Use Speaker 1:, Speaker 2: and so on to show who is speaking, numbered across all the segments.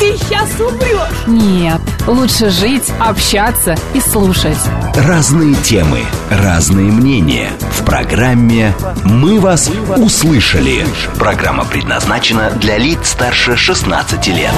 Speaker 1: ты сейчас умрешь.
Speaker 2: Нет, лучше жить, общаться и слушать.
Speaker 3: Разные темы, разные мнения. В программе «Мы вас услышали». Программа предназначена для лиц старше 16 лет.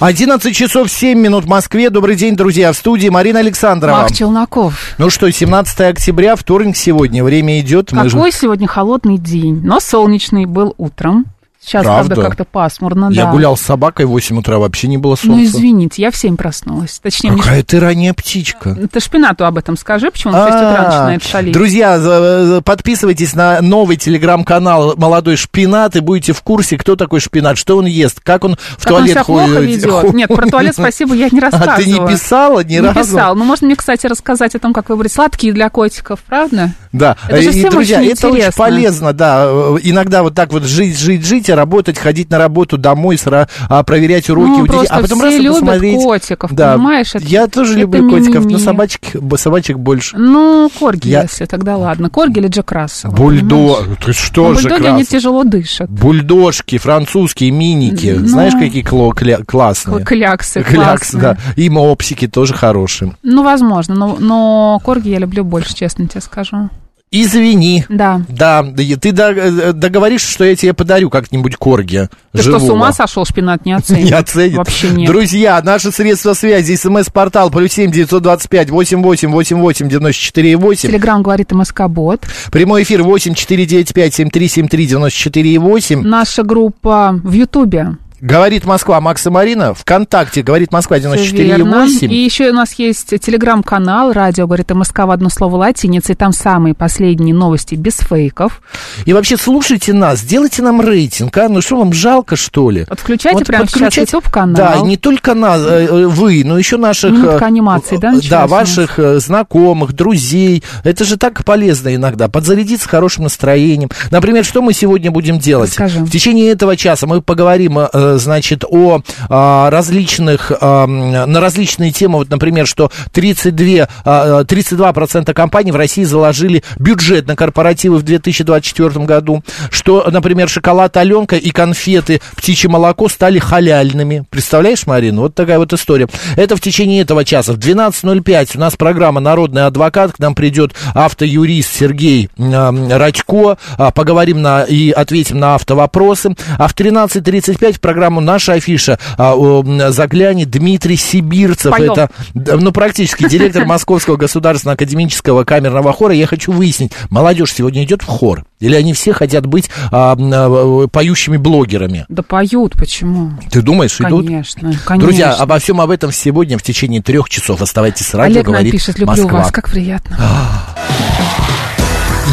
Speaker 4: 11 часов 7 минут в Москве. Добрый день, друзья. В студии Марина Александрова.
Speaker 2: Мак Челноков.
Speaker 4: Ну что, 17 октября, вторник сегодня. Время идет. мы же-
Speaker 2: Какой сегодня холодный день, но солнечный был утром. Сейчас, правда,
Speaker 4: Правда?
Speaker 2: как-то пасмурно,
Speaker 4: Я
Speaker 2: да.
Speaker 4: гулял с собакой, в 8 утра вообще не было солнца.
Speaker 2: Ну, извините, я в 7 проснулась. Точнее, мне
Speaker 4: Какая ты ранняя птичка.
Speaker 2: Ты шпинату об этом скажи, почему он в 6 Ну, утра
Speaker 4: А,
Speaker 2: начинает шалить.
Speaker 4: Друзья, за- за- подписывайтесь на новый телеграм-канал «Молодой шпинат» и будете в курсе, кто такой шпинат, что он ест, как он в
Speaker 2: Как он
Speaker 4: туалет
Speaker 2: себя плохо
Speaker 4: ходит.
Speaker 2: ведет. Нет, про туалет спасибо, я не рассказывала.
Speaker 4: А ты не писала ни
Speaker 2: не
Speaker 4: разу?
Speaker 2: писал. Ну, можно мне, кстати, рассказать о том, как выбрать сладкие для котиков, правда?
Speaker 4: Да,
Speaker 2: Это же
Speaker 4: и,
Speaker 2: всем
Speaker 4: друзья,
Speaker 2: очень
Speaker 4: это очень
Speaker 2: интересно.
Speaker 4: полезно, да. Э, Иногда вот так вот жить, жить, жить, а работать, ходить на работу, домой, сра- а, проверять уроки
Speaker 2: Ну,
Speaker 4: у детей,
Speaker 2: просто
Speaker 4: а потом
Speaker 2: все
Speaker 4: раз и
Speaker 2: любят
Speaker 4: посмотреть.
Speaker 2: котиков,
Speaker 4: Да.
Speaker 2: понимаешь? Это-
Speaker 4: Я тоже
Speaker 2: это
Speaker 4: люблю котиков, но
Speaker 2: ми-ми-ми.
Speaker 4: собачек, б- собачек больше.
Speaker 2: Ну, корги,
Speaker 4: Я-
Speaker 2: если тогда ладно. Корги или Джек Рассел.
Speaker 4: Бульдог, ну, ты что же,
Speaker 2: Ну, Бульдоги, они
Speaker 4: красавчик.
Speaker 2: тяжело дышат.
Speaker 4: Бульдожки, французские миники.
Speaker 2: Ну.
Speaker 4: Знаешь, какие кло- кля- классные?
Speaker 2: Кл- Кляксы,
Speaker 4: Клякс,
Speaker 2: классные.
Speaker 4: да. И мопсики тоже хорошие.
Speaker 2: Ну, возможно, но, но корги я люблю больше, честно тебе скажу.
Speaker 4: Извини.
Speaker 2: Да.
Speaker 4: Да, да, и ты дог- договоришься, что я тебе подарю как-нибудь корги.
Speaker 2: Ты что, с
Speaker 4: живого.
Speaker 2: ума сошел, шпинат не оценит?
Speaker 4: Не оценит.
Speaker 2: Вообще нет.
Speaker 4: Друзья, наши средства связи, смс-портал, плюс семь девятьсот двадцать пять, восемь восемь, восемь восемь, девяносто четыре восемь.
Speaker 2: Телеграм говорит МСК-бот.
Speaker 4: Прямой эфир восемь четыре девять пять семь три семь три девяносто четыре восемь.
Speaker 2: Наша группа в Ютубе.
Speaker 4: Говорит Москва, Макс и Марина. Вконтакте, говорит Москва,
Speaker 2: Всё
Speaker 4: девяносто четыре
Speaker 2: верно. И
Speaker 4: восемь.
Speaker 2: еще у нас есть телеграм-канал, радио, говорит МСК в одно слово латиница, и там самые последние новости без фейков.
Speaker 4: И вообще слушайте нас, делайте нам рейтинг, а? Ну что вам жалко, что ли?
Speaker 2: Вот включайте прямо сейчас
Speaker 4: подключайте-
Speaker 2: YouTube-канал.
Speaker 4: Да, и не только нас, э, э, вы, но еще наших... э,
Speaker 2: Минутка анимации, да,
Speaker 4: э, Да,
Speaker 2: началась у нас?
Speaker 4: ваших э, знакомых, друзей. Это же так полезно иногда. Подзарядиться хорошим настроением. Например, что мы сегодня будем делать?
Speaker 2: Расскажи.
Speaker 4: В течение этого часа мы поговорим, э, э, значит, о а, различных, а, м, на различные темы. Вот, например, что 32, а, э, 32% компаний в России заложили бюджет на корпоративы в 2024 году. Что, например, шоколад Аленка и конфеты птичье молоко стали халяльными. Представляешь, Марина? Вот такая вот история. Это в течение этого часа. В 12.05 у нас программа «Народный адвокат». К нам придет автоюрист Сергей м, Радько. А, Поговорим на, и ответим на автовопросы. А в 13.35 в программу «Наша афиша» а, о, м, заглянет Дмитрий Сибирцев.
Speaker 2: Споёт.
Speaker 4: Это, да, ну, практически директор Московского государственного академического камерного хора. Я хочу выяснить, молодежь сегодня идет в хор? Или они все хотят быть а, м, а, поющими блогерами?
Speaker 2: Да поют, почему?
Speaker 4: Ты думаешь, идут?
Speaker 2: Конечно, конечно.
Speaker 4: Друзья, обо всем об этом сегодня в течение трех часов. Оставайтесь с радио,
Speaker 2: Олег нам
Speaker 4: говорит
Speaker 2: пишет, люблю
Speaker 4: Москва. А.
Speaker 2: вас, как приятно.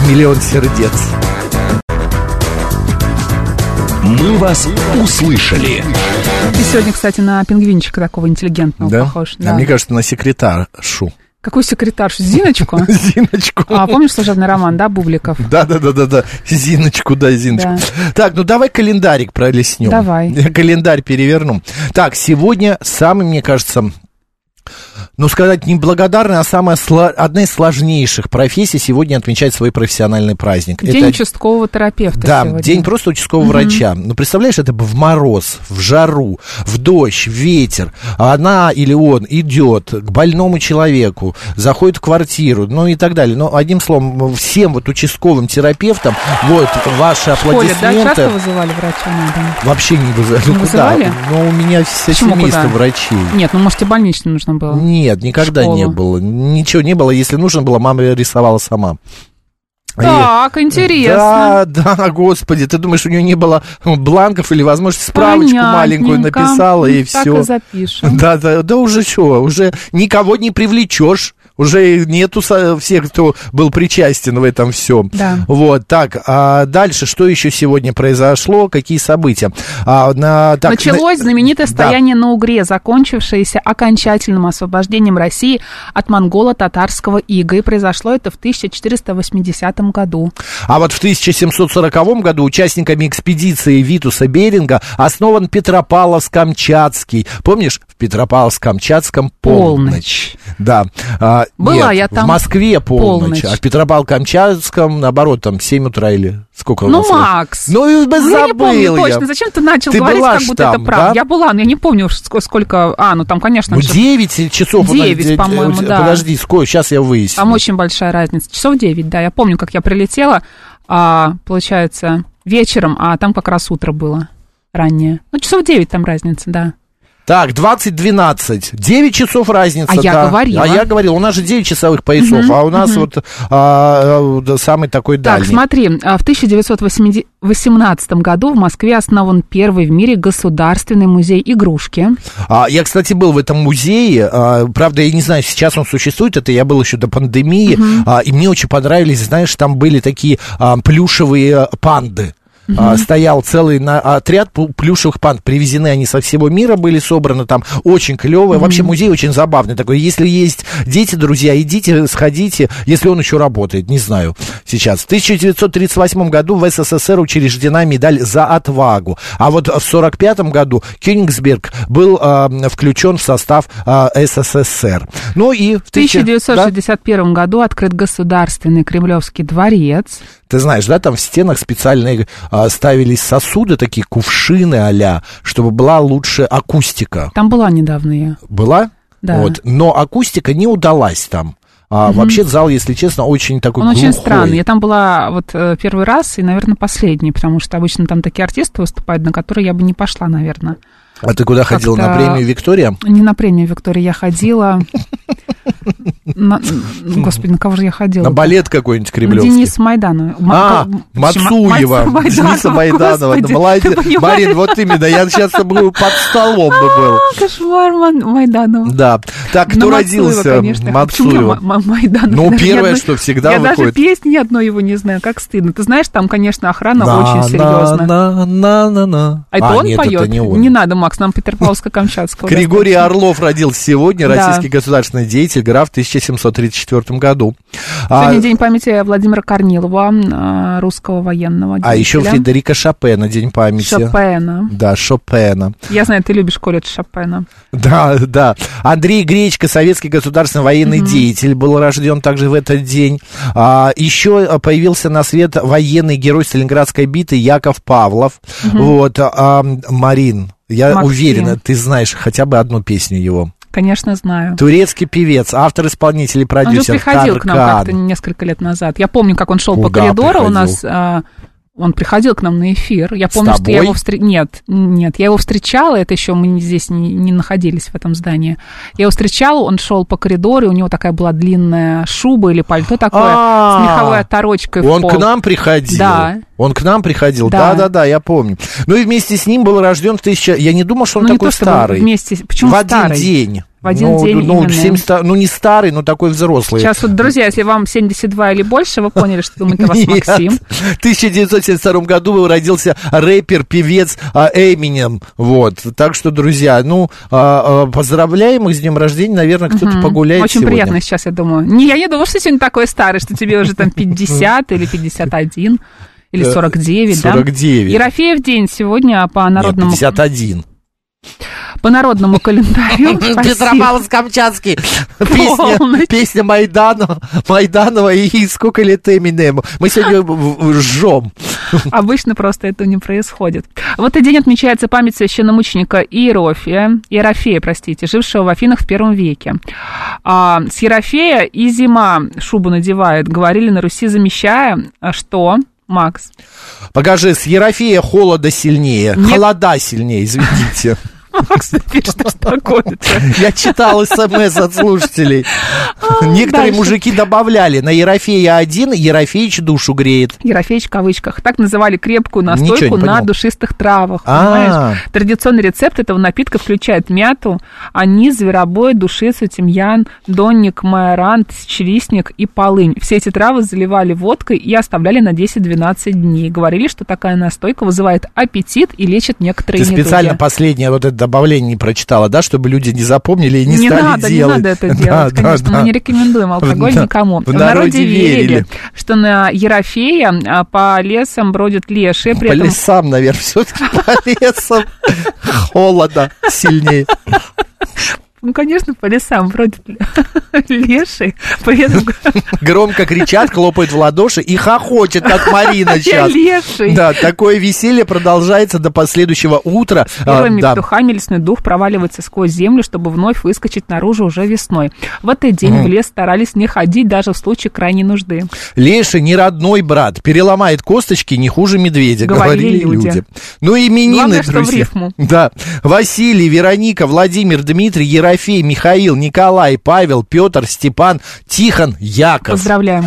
Speaker 4: И Миллион сердец.
Speaker 3: «Мы вас услышали».
Speaker 2: Ты сегодня, кстати, на пингвинчика такого интеллигентного Ну, похож.
Speaker 4: А мне кажется, на секретаршу.
Speaker 2: Какую секретаршу? Зиночку?
Speaker 4: Зиночку.
Speaker 2: А помнишь служебный роман, да, Бубликов?
Speaker 4: Да, да, да, да, да. Зиночку, да, Зиночку. Так, ну давай календарик пролеснем.
Speaker 2: Давай.
Speaker 4: Я календарь переверну. Так, сегодня самый, мне кажется, ну, сказать неблагодарная, а самая сла- одна из сложнейших профессий сегодня отмечает свой профессиональный праздник.
Speaker 2: День
Speaker 4: Это
Speaker 2: участкового терапевта
Speaker 4: Да,
Speaker 2: сегодня.
Speaker 4: день просто участкового врача. Ну, представляешь, это в мороз, в жару, в дождь, в ветер. А Она или он идет к больному человеку, заходит в квартиру, ну и так далее. Но, одним словом, всем вот участковым терапевтам, вот,
Speaker 2: В
Speaker 4: ваши
Speaker 2: школе, да,
Speaker 4: аплодисменты.
Speaker 2: часто вызывали врача на дом?
Speaker 4: Вообще не вызывали.
Speaker 2: Не
Speaker 4: Ну, куда?
Speaker 2: вызывали?
Speaker 4: Но у меня вся
Speaker 2: Почему
Speaker 4: семейство
Speaker 2: куда?
Speaker 4: врачей.
Speaker 2: Нет, ну, может, и больничный нужно было.
Speaker 4: Нет, никогда
Speaker 2: Школа.
Speaker 4: не было. Ничего не было. Если нужно было, мама рисовала сама. И-
Speaker 2: Так, интересно.
Speaker 4: Да, да, господи, ты думаешь, у нее не было бланков или, возможно, справочку маленькую
Speaker 2: Понятненько.
Speaker 4: написала и
Speaker 2: Ну, Так
Speaker 4: все.
Speaker 2: и запишем.
Speaker 4: Да, да, да уже чего, уже никого не привлечешь. Уже нету со- всех, кто был причастен в этом всем.
Speaker 2: Да.
Speaker 4: Вот, так, а дальше что еще сегодня произошло, какие события? А, на- так,
Speaker 2: Началось
Speaker 4: на-
Speaker 2: знаменитое
Speaker 4: Да.
Speaker 2: стояние на Угре, закончившееся окончательным освобождением России от монголо-татарского ига. И произошло это в 1480 году.
Speaker 4: А вот в 1740 году участниками экспедиции Витуса Беринга основан Петропавловск-Камчатский. Помнишь, в Петропавловск-Камчатском полночь.
Speaker 2: Полночь.
Speaker 4: Да. А,
Speaker 2: Была я там.
Speaker 4: В Москве полночь,
Speaker 2: Полночь.
Speaker 4: а в Петропавловск-Камчатском, наоборот, там 7 утра или сколько у
Speaker 2: Ну,
Speaker 4: нас было?
Speaker 2: Макс,
Speaker 4: Ну, и бы
Speaker 2: Ну, я не
Speaker 4: забыл
Speaker 2: помню
Speaker 4: я.
Speaker 2: точно, зачем ты начал
Speaker 4: Ты
Speaker 2: говорить,
Speaker 4: была
Speaker 2: как
Speaker 4: ж
Speaker 2: будто это
Speaker 4: там,
Speaker 2: правда.
Speaker 4: да?
Speaker 2: Я была, но я не помню уж ск- сколько... А, ну там, конечно,
Speaker 4: Ну,
Speaker 2: же
Speaker 4: 9 часов. у нас-
Speaker 2: Девять, по-моему, да. А
Speaker 4: Подожди, сколько? Сейчас я выясню.
Speaker 2: Там очень большая разница. Часов 9, да. Я помню, как я прилетела, а, получается, вечером, а там как раз утро было раннее. Ну, часов 9 там разница, да.
Speaker 4: Так, 20-12. 9 часов разница.
Speaker 2: А я
Speaker 4: да.
Speaker 2: говорила.
Speaker 4: А я говорил, у нас же 9 часовых поясов, а у нас вот а, э, да, самый такой
Speaker 2: Так,
Speaker 4: дальний.
Speaker 2: смотри, а, в 1918 году в Москве основан первый в мире государственный музей игрушки.
Speaker 4: А, я, кстати, был в этом музее. а, правда, я не знаю, сейчас он существует. Это я был еще до пандемии. а, и мне очень понравились, знаешь, там были такие а, плюшевые панды. А, Стоял целый на- отряд пу- плюшевых панд. Привезены они со всего мира, были собраны там. Очень клевые. Вообще музей очень забавный такой. Если есть дети, друзья, идите, сходите, если он еще работает, не знаю сейчас. В 1938 году в СССР учреждена медаль за отвагу. А вот в 1945 году Кёнигсберг был а, м, включен в состав а, СССР. Ну и в
Speaker 2: В
Speaker 4: тысяча-
Speaker 2: 1961 году открыт государственный Кремлевский дворец.
Speaker 4: да, ты знаешь, да, там в стенах специальные а, ставились сосуды, такие кувшины а чтобы была лучше акустика.
Speaker 2: Там была недавно я.
Speaker 4: Была?
Speaker 2: Да.
Speaker 4: Вот. Но акустика не удалась там. А, Вообще зал, если честно, очень такой
Speaker 2: Он очень
Speaker 4: глухой.
Speaker 2: странный. Я там была вот э, первый раз и, наверное, последний, потому что обычно там такие артисты выступают, на которые я бы не пошла, наверное.
Speaker 4: А ты куда ходила? На
Speaker 2: Как-то-
Speaker 4: премию Виктория?
Speaker 2: Не на премию Виктория я ходила. На- Господи, на кого же я ходила?
Speaker 4: На балет какой-нибудь кремлевский?
Speaker 2: Денис Майданов.
Speaker 4: А, Мацуева,
Speaker 2: Мацуева,
Speaker 4: Дениса Майданова. Да, молодец. Марин, вот именно, я сейчас был под столом бы был.
Speaker 2: Кошмар Ман- Майданова.
Speaker 4: Да. Так, кто
Speaker 2: Ну, Мацуева,
Speaker 4: родился?
Speaker 2: конечно. Почему я
Speaker 4: Мацуева.
Speaker 2: Ма- Ма- Майданов?
Speaker 4: Ну,
Speaker 2: Я даже ни
Speaker 4: первое,
Speaker 2: одной-
Speaker 4: что всегда
Speaker 2: Я даже
Speaker 4: выходит.
Speaker 2: песни ни одной его не знаю, как стыдно. Ты знаешь, там, конечно, охрана очень серьезная.
Speaker 4: на, на, на, на.
Speaker 2: А это он
Speaker 4: нет,
Speaker 2: поет?
Speaker 4: это не он.
Speaker 2: надо, Макс, нам Петропавловска-Камчатского.
Speaker 4: Григорий Орлов родился сегодня,
Speaker 2: Да.
Speaker 4: российский государственный деятель, граф в 1734 году. А-
Speaker 2: Сегодня день памяти Владимира Корнилова, а, русского военного
Speaker 4: а еще
Speaker 2: деятеля.
Speaker 4: Фредерика Шопена, день памяти.
Speaker 2: Шопена.
Speaker 4: Да, Шопена.
Speaker 2: Я знаю, ты любишь колледж Шопена.
Speaker 4: Да, да. Андрей Гречко, советский государственный военный деятель, был рожден также в этот день. А, еще а, появился на свет военный герой Сталинградской биты Яков Павлов. Вот, а, м, Марин, я
Speaker 2: Максим.
Speaker 4: уверена, ты знаешь хотя бы одну песню его.
Speaker 2: Конечно, знаю.
Speaker 4: Турецкий певец, автор-исполнитель
Speaker 2: Он
Speaker 4: и
Speaker 2: же
Speaker 4: продюсер
Speaker 2: приходил к нам
Speaker 4: Таркан.
Speaker 2: как-то несколько лет назад. Я помню, как он шел по
Speaker 4: Куда
Speaker 2: коридору у
Speaker 4: приходил?
Speaker 2: нас... а, он приходил к нам на эфир. Я
Speaker 4: С
Speaker 2: помню, что я
Speaker 4: тобой?
Speaker 2: его встречала. Нет, нет, я его встречала. Это еще мы не- здесь не, не находились в этом здании. Я его встречала, он шел по коридору, у него такая была длинная шуба или пальто такое
Speaker 4: А.
Speaker 2: с меховой оторочкой. в
Speaker 4: Он
Speaker 2: пол.
Speaker 4: к нам приходил.
Speaker 2: Да.
Speaker 4: Он к нам приходил.
Speaker 2: Да.
Speaker 4: Да. да, да, я помню. Ну и вместе с ним был рожден в тысяча... Я не думал, что он
Speaker 2: Ну, не
Speaker 4: такой
Speaker 2: то, чтобы
Speaker 4: старый.
Speaker 2: вместе с- Почему
Speaker 4: в один
Speaker 2: старый?
Speaker 4: день.
Speaker 2: В один
Speaker 4: ну,
Speaker 2: день
Speaker 4: Ну,
Speaker 2: именно.
Speaker 4: 70 ну, не старый, но такой взрослый.
Speaker 2: Сейчас вот, друзья, если вам 72 или больше, вы поняли, что думает о вас
Speaker 4: Нет.
Speaker 2: Максим.
Speaker 4: В 1972 году родился рэпер, певец а, Эминем. Вот. Так что, друзья, ну, а, а, поздравляем их с днем рождения. Наверное, кто-то погуляет
Speaker 2: Очень
Speaker 4: сегодня.
Speaker 2: приятно сейчас, я думаю. Не, я не думала, что ты сегодня такой старый, что тебе уже там 50 или 51 или 49, да?
Speaker 4: 49.
Speaker 2: Ерофеев день сегодня а по народному,
Speaker 4: Нет, 51.
Speaker 2: по народному календарю. Спасибо.
Speaker 4: Петропавловск-Камчатский.
Speaker 2: Полночь.
Speaker 4: Песня, песня Майдана, Майданова и «Сколько лет Эминему». Мы сегодня в- в- жжем.
Speaker 2: Обычно просто это не происходит. В этот день отмечается память священномученика Иерофия, Иерофея, простите, жившего в Афинах в первом веке. А, с Ерофея и зима шубу надевает, говорили на Руси, замещая, а что, Макс?
Speaker 4: Покажи, с Ерофея холода сильнее,
Speaker 2: Нет.
Speaker 4: холода сильнее, извините.
Speaker 2: Макс, ты что ж такое-то?
Speaker 4: Я читал смс от слушателей. Некоторые
Speaker 2: дальше.
Speaker 4: мужики добавляли, на Ерофея один, Ерофеич душу греет.
Speaker 2: Ерофеич в кавычках. Так называли крепкую
Speaker 4: Ничего
Speaker 2: настойку
Speaker 4: не
Speaker 2: на
Speaker 4: понял.
Speaker 2: душистых травах.
Speaker 4: А.
Speaker 2: понимаешь? Традиционный рецепт этого напитка включает мяту, анис, зверобой, душицу, тимьян, донник, майорант, чрисник и полынь. Все эти травы заливали водкой и оставляли на 10-12 дней. Говорили, что такая настойка вызывает аппетит и лечит некоторые
Speaker 4: Ты
Speaker 2: недуги.
Speaker 4: специально последнее вот это добавление не прочитала, да, чтобы люди не запомнили и не,
Speaker 2: не
Speaker 4: стали
Speaker 2: надо,
Speaker 4: делать.
Speaker 2: не надо это
Speaker 4: Да,
Speaker 2: делать,
Speaker 4: да,
Speaker 2: конечно,
Speaker 4: да.
Speaker 2: мы не рекомендуем алкоголь
Speaker 4: В- да,
Speaker 2: никому.
Speaker 4: в народе верили.
Speaker 2: что на Ерофея а, по лесам бродят леши, при
Speaker 4: По
Speaker 2: этом
Speaker 4: лесам, наверное, все-таки по лесам. Холода сильнее.
Speaker 2: Ну, конечно, по лесам бродят леший, при
Speaker 4: Ну,
Speaker 2: этом
Speaker 4: Громко кричат, хлопают в ладоши и хохочет, как Марина
Speaker 2: я
Speaker 4: сейчас.
Speaker 2: леший.
Speaker 4: Да, такое веселье продолжается до последующего утра. А,
Speaker 2: Первыми
Speaker 4: да.
Speaker 2: петухами лесной дух проваливается сквозь землю, чтобы вновь выскочить наружу уже весной. В этот день в лес старались не ходить даже в случае крайней нужды.
Speaker 4: Леша не родной брат, переломает косточки не хуже медведя,
Speaker 2: Говорили
Speaker 4: говорили,
Speaker 2: люди.
Speaker 4: люди. Ну и именины,
Speaker 2: Главное, что в
Speaker 4: друзья.
Speaker 2: рифму.
Speaker 4: Да. Василий, Вероника, Владимир, Дмитрий, Ерофей, Михаил, Николай, Павел, Петр, Степан, Тихон, Яков.
Speaker 2: Поздравляем.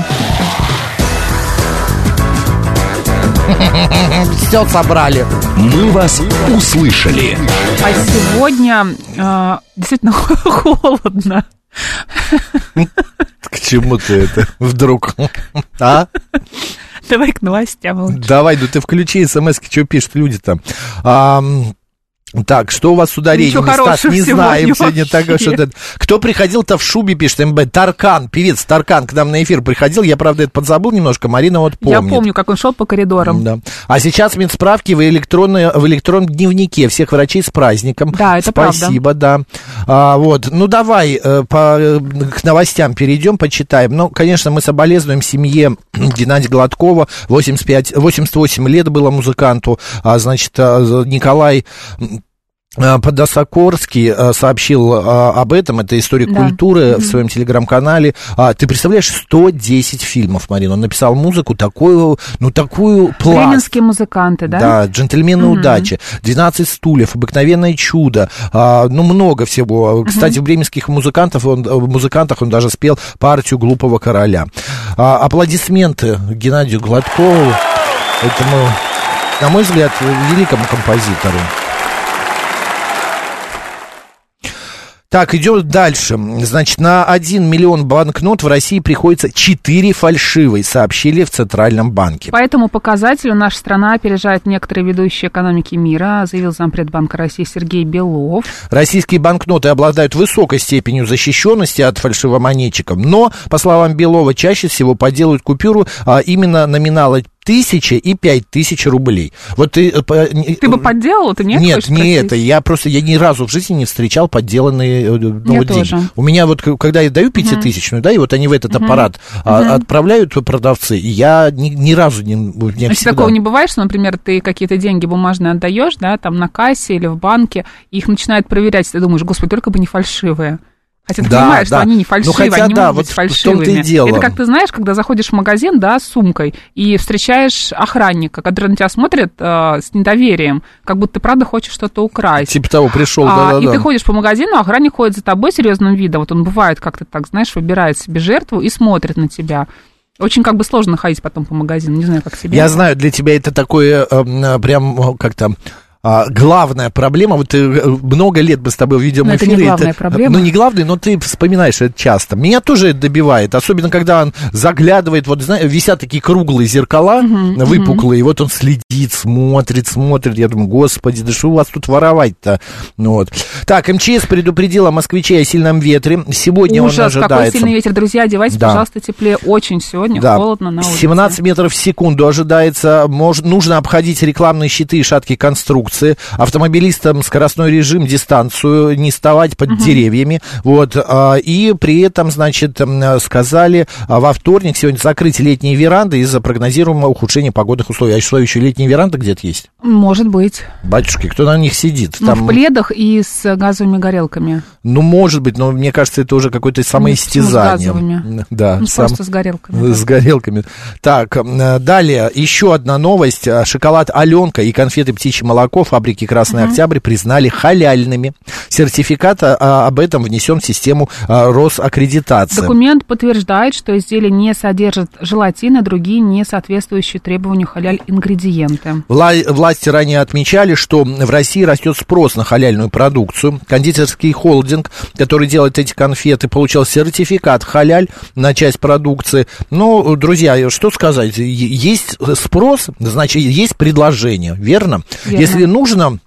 Speaker 4: Все собрали.
Speaker 3: «Мы вас услышали».
Speaker 2: А сегодня э, действительно холодно.
Speaker 4: К чему ты это вдруг? А?
Speaker 2: Давай к новостям.
Speaker 4: Давай, ну ты включи смс что пишут люди там. Ам, так, что у вас с ударением,
Speaker 2: Ничего
Speaker 4: Стас,
Speaker 2: хорошего
Speaker 4: не
Speaker 2: сегодня
Speaker 4: знаем. Сегодня
Speaker 2: вообще.
Speaker 4: такое что-то. Кто приходил-то в шубе, пишет МБ. Таркан, певец Таркан к нам на эфир приходил. Я, правда, это подзабыл немножко. Марина вот
Speaker 2: Я
Speaker 4: помнит.
Speaker 2: помню, как он шел по коридорам.
Speaker 4: Да. А сейчас медсправки в, электронной, в электронном дневнике всех врачей с праздником.
Speaker 2: Да, это правда.
Speaker 4: Спасибо, да. А, вот, ну давай э, по- э, к новостям перейдем, почитаем. Ну, конечно, мы соболезнуем семье Геннадия Гладкова. 85, 88 лет было музыканту. А, значит, а, за- Николай м, а, Подосокорский а, сообщил а, об этом, это историк
Speaker 2: Да.
Speaker 4: культуры в своем телеграм-канале. А, ты представляешь, 110 фильмов, Марин, он написал музыку такую, ну такую пласт.
Speaker 2: Ленинские музыканты, да?
Speaker 4: джентльмены удачи, 12 стульев, обыкновенное чудо, а, ну много всего. Кстати, в бременских музыкантов он, э, музыкантах он даже спел партию глупого короля. А, аплодисменты Геннадию Гладкову, этому, на мой взгляд, великому композитору. Так, идем дальше. Значит, на 1 миллион банкнот в России приходится 4 фальшивые, сообщили в Центральном банке.
Speaker 2: По этому показателю наша страна опережает некоторые ведущие экономики мира, заявил зампред Банка России Сергей Белов.
Speaker 4: Российские банкноты обладают высокой степенью защищенности от фальшивомонетчиков, но, по словам Белова, чаще всего подделывают купюру а, именно номинала тысячи и пять тысяч рублей. Вот ты... э, по- не-
Speaker 2: Ты бы подделал это, нет?
Speaker 4: Нет,
Speaker 2: хочешь
Speaker 4: не
Speaker 2: спросить?
Speaker 4: это. Я просто я ни разу в жизни не встречал подделанные э, э, ну,
Speaker 2: Я
Speaker 4: вот деньги.
Speaker 2: тоже.
Speaker 4: У меня вот к- когда я даю пятитысячную, да, и вот они в этот аппарат а, отправляют продавцы, и я ни, ни разу не, не
Speaker 2: А если такого не бывает, что, например, ты какие-то деньги бумажные отдаешь, да, там на кассе или в банке, и их начинают проверять, и ты думаешь, господи, только бы не фальшивые. Хотя ты
Speaker 4: Да,
Speaker 2: понимаешь,
Speaker 4: да.
Speaker 2: что они не
Speaker 4: Ну,
Speaker 2: фальшивые,
Speaker 4: хотя
Speaker 2: они не
Speaker 4: да,
Speaker 2: могут
Speaker 4: вот
Speaker 2: быть
Speaker 4: в том-то и
Speaker 2: фальшивыми.
Speaker 4: дело.
Speaker 2: Это как ты знаешь, когда заходишь в магазин, да, с сумкой, и встречаешь охранника, который на тебя смотрит э, с недоверием, как будто ты правда хочешь что-то украсть.
Speaker 4: Типа того, пришел,
Speaker 2: А,
Speaker 4: да-да-да.
Speaker 2: и ты ходишь по магазину, а охранник ходит за тобой серьезным видом. Вот он бывает как-то так, знаешь, выбирает себе жертву и смотрит на тебя. Очень как бы сложно ходить потом по магазину, не знаю, как себе.
Speaker 4: Я знаю, для тебя это такое эм, э, прям э, как там а, главная проблема, вот ты э, много лет бы с тобой в видеоэфире.
Speaker 2: Но это не
Speaker 4: и
Speaker 2: главная
Speaker 4: ты-
Speaker 2: проблема.
Speaker 4: Ну, не главная, но ты вспоминаешь это часто. Меня тоже это добивает, особенно когда он заглядывает, вот, знаешь, висят такие круглые зеркала, выпуклые, и вот он следит, смотрит, смотрит. Я думаю, господи, да что у вас тут воровать-то? Ну, вот. Так, МЧС предупредила москвичей о сильном ветре. Сегодня он
Speaker 2: Ужас, какой
Speaker 4: ожидается.
Speaker 2: сильный ветер. Друзья, одевайтесь,
Speaker 4: Да.
Speaker 2: пожалуйста, теплее. Очень сегодня холодно на улице.
Speaker 4: 17 метров в секунду ожидается. Мож- нужно обходить рекламные щиты и шаткие конструкции. Автомобилистам скоростной режим, дистанцию, не вставать под деревьями. Вот. а, И при этом, значит, м, э, сказали а, во вторник сегодня закрыть летние веранды из-за прогнозируемого ухудшения погодных условий. А что, еще летние веранды где-то есть?
Speaker 2: Может быть.
Speaker 4: Батюшки, кто на них сидит?
Speaker 2: Ну, в пледах и с газовыми горелками.
Speaker 4: ну, может быть, но мне кажется, это уже какое-то самоистязание.
Speaker 2: Ну, газовыми?
Speaker 4: Да,
Speaker 2: Ну,
Speaker 4: сам-
Speaker 2: просто с горелками.
Speaker 4: С горелками. Э, Так, м, э, далее еще одна новость. А, Шоколад Аленка и конфеты птичье молоко молоко фабрики «Красный Октябрь» признали халяльными. Сертификат а, об этом внесен в систему а, Росаккредитации.
Speaker 2: Документ подтверждает, что изделие не содержит желатина, другие не соответствующие требованию халяль ингредиенты.
Speaker 4: Вла- Власти ранее отмечали, что в России растет спрос на халяльную продукцию. Кондитерский холдинг, который делает эти конфеты, получил сертификат халяль на часть продукции. Ну, друзья, что сказать? Е- Есть спрос, значит, есть предложение, верно?
Speaker 2: Верно.
Speaker 4: Если нужно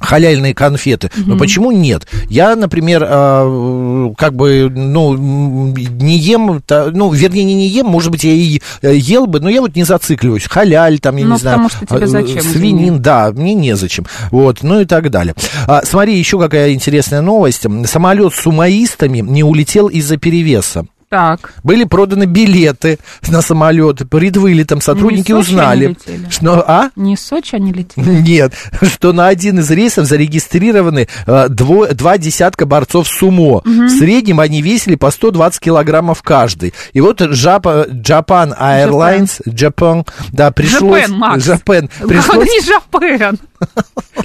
Speaker 4: халяльные конфеты. Но почему нет? Я, например, а, как бы, ну, м, не ем, та- ну, вернее, не не ем, может быть, я и э, ел бы, но я вот не зацикливаюсь. Халяль, там, я
Speaker 2: Ну,
Speaker 4: не знаю,
Speaker 2: потому что тебе
Speaker 4: а,
Speaker 2: зачем,
Speaker 4: свинин,
Speaker 2: извини.
Speaker 4: да, мне незачем. Вот, ну и так далее. А, смотри, еще какая интересная новость. Самолет с сумаистами не улетел из-за перевеса.
Speaker 2: Так,
Speaker 4: Были проданы билеты на самолет. Перед вылетом сотрудники
Speaker 2: Не из Сочи
Speaker 4: узнали,
Speaker 2: они летели?
Speaker 4: что... А?
Speaker 2: не из Сочи они летели?
Speaker 4: Нет, что на один из рейсов зарегистрированы э, дво- два десятка борцов сумо. В среднем они весили по 120 килограммов каждый. И вот Жапа, Japan Airlines, Japan, да, пришлось...
Speaker 2: Japan, Макс.
Speaker 4: Japan,
Speaker 2: Ладно,
Speaker 4: пришлось...
Speaker 2: не Жапен.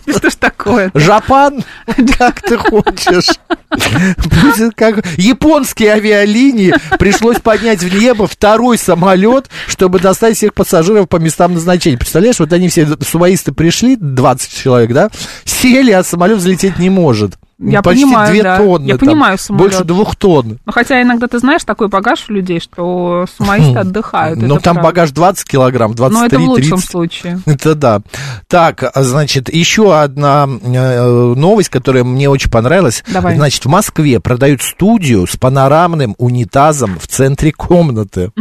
Speaker 2: Ну Что ж такое?
Speaker 4: Жапан, как ты хочешь. Будет как- Японские авиалинии пришлось поднять в небо второй самолет, чтобы доставить всех пассажиров по местам назначения. Представляешь, вот они все сумоисты пришли, 20 человек, да, сели, а самолет взлететь не может.
Speaker 2: Я
Speaker 4: Почти
Speaker 2: понимаю,
Speaker 4: две
Speaker 2: да.
Speaker 4: тонны.
Speaker 2: Я
Speaker 4: там,
Speaker 2: понимаю самолет.
Speaker 4: Больше двух тонн.
Speaker 2: Ну, хотя иногда ты знаешь такой багаж у людей, что сумаисты отдыхают.
Speaker 4: Хм. Но
Speaker 2: А, это
Speaker 4: там
Speaker 2: правда.
Speaker 4: багаж 20 килограмм, 23,
Speaker 2: Но это в лучшем
Speaker 4: 30.
Speaker 2: случае.
Speaker 4: Это да. Так, а, значит, еще одна э, новость, которая мне очень понравилась.
Speaker 2: Давай.
Speaker 4: Значит, в Москве продают студию с панорамным унитазом в центре комнаты.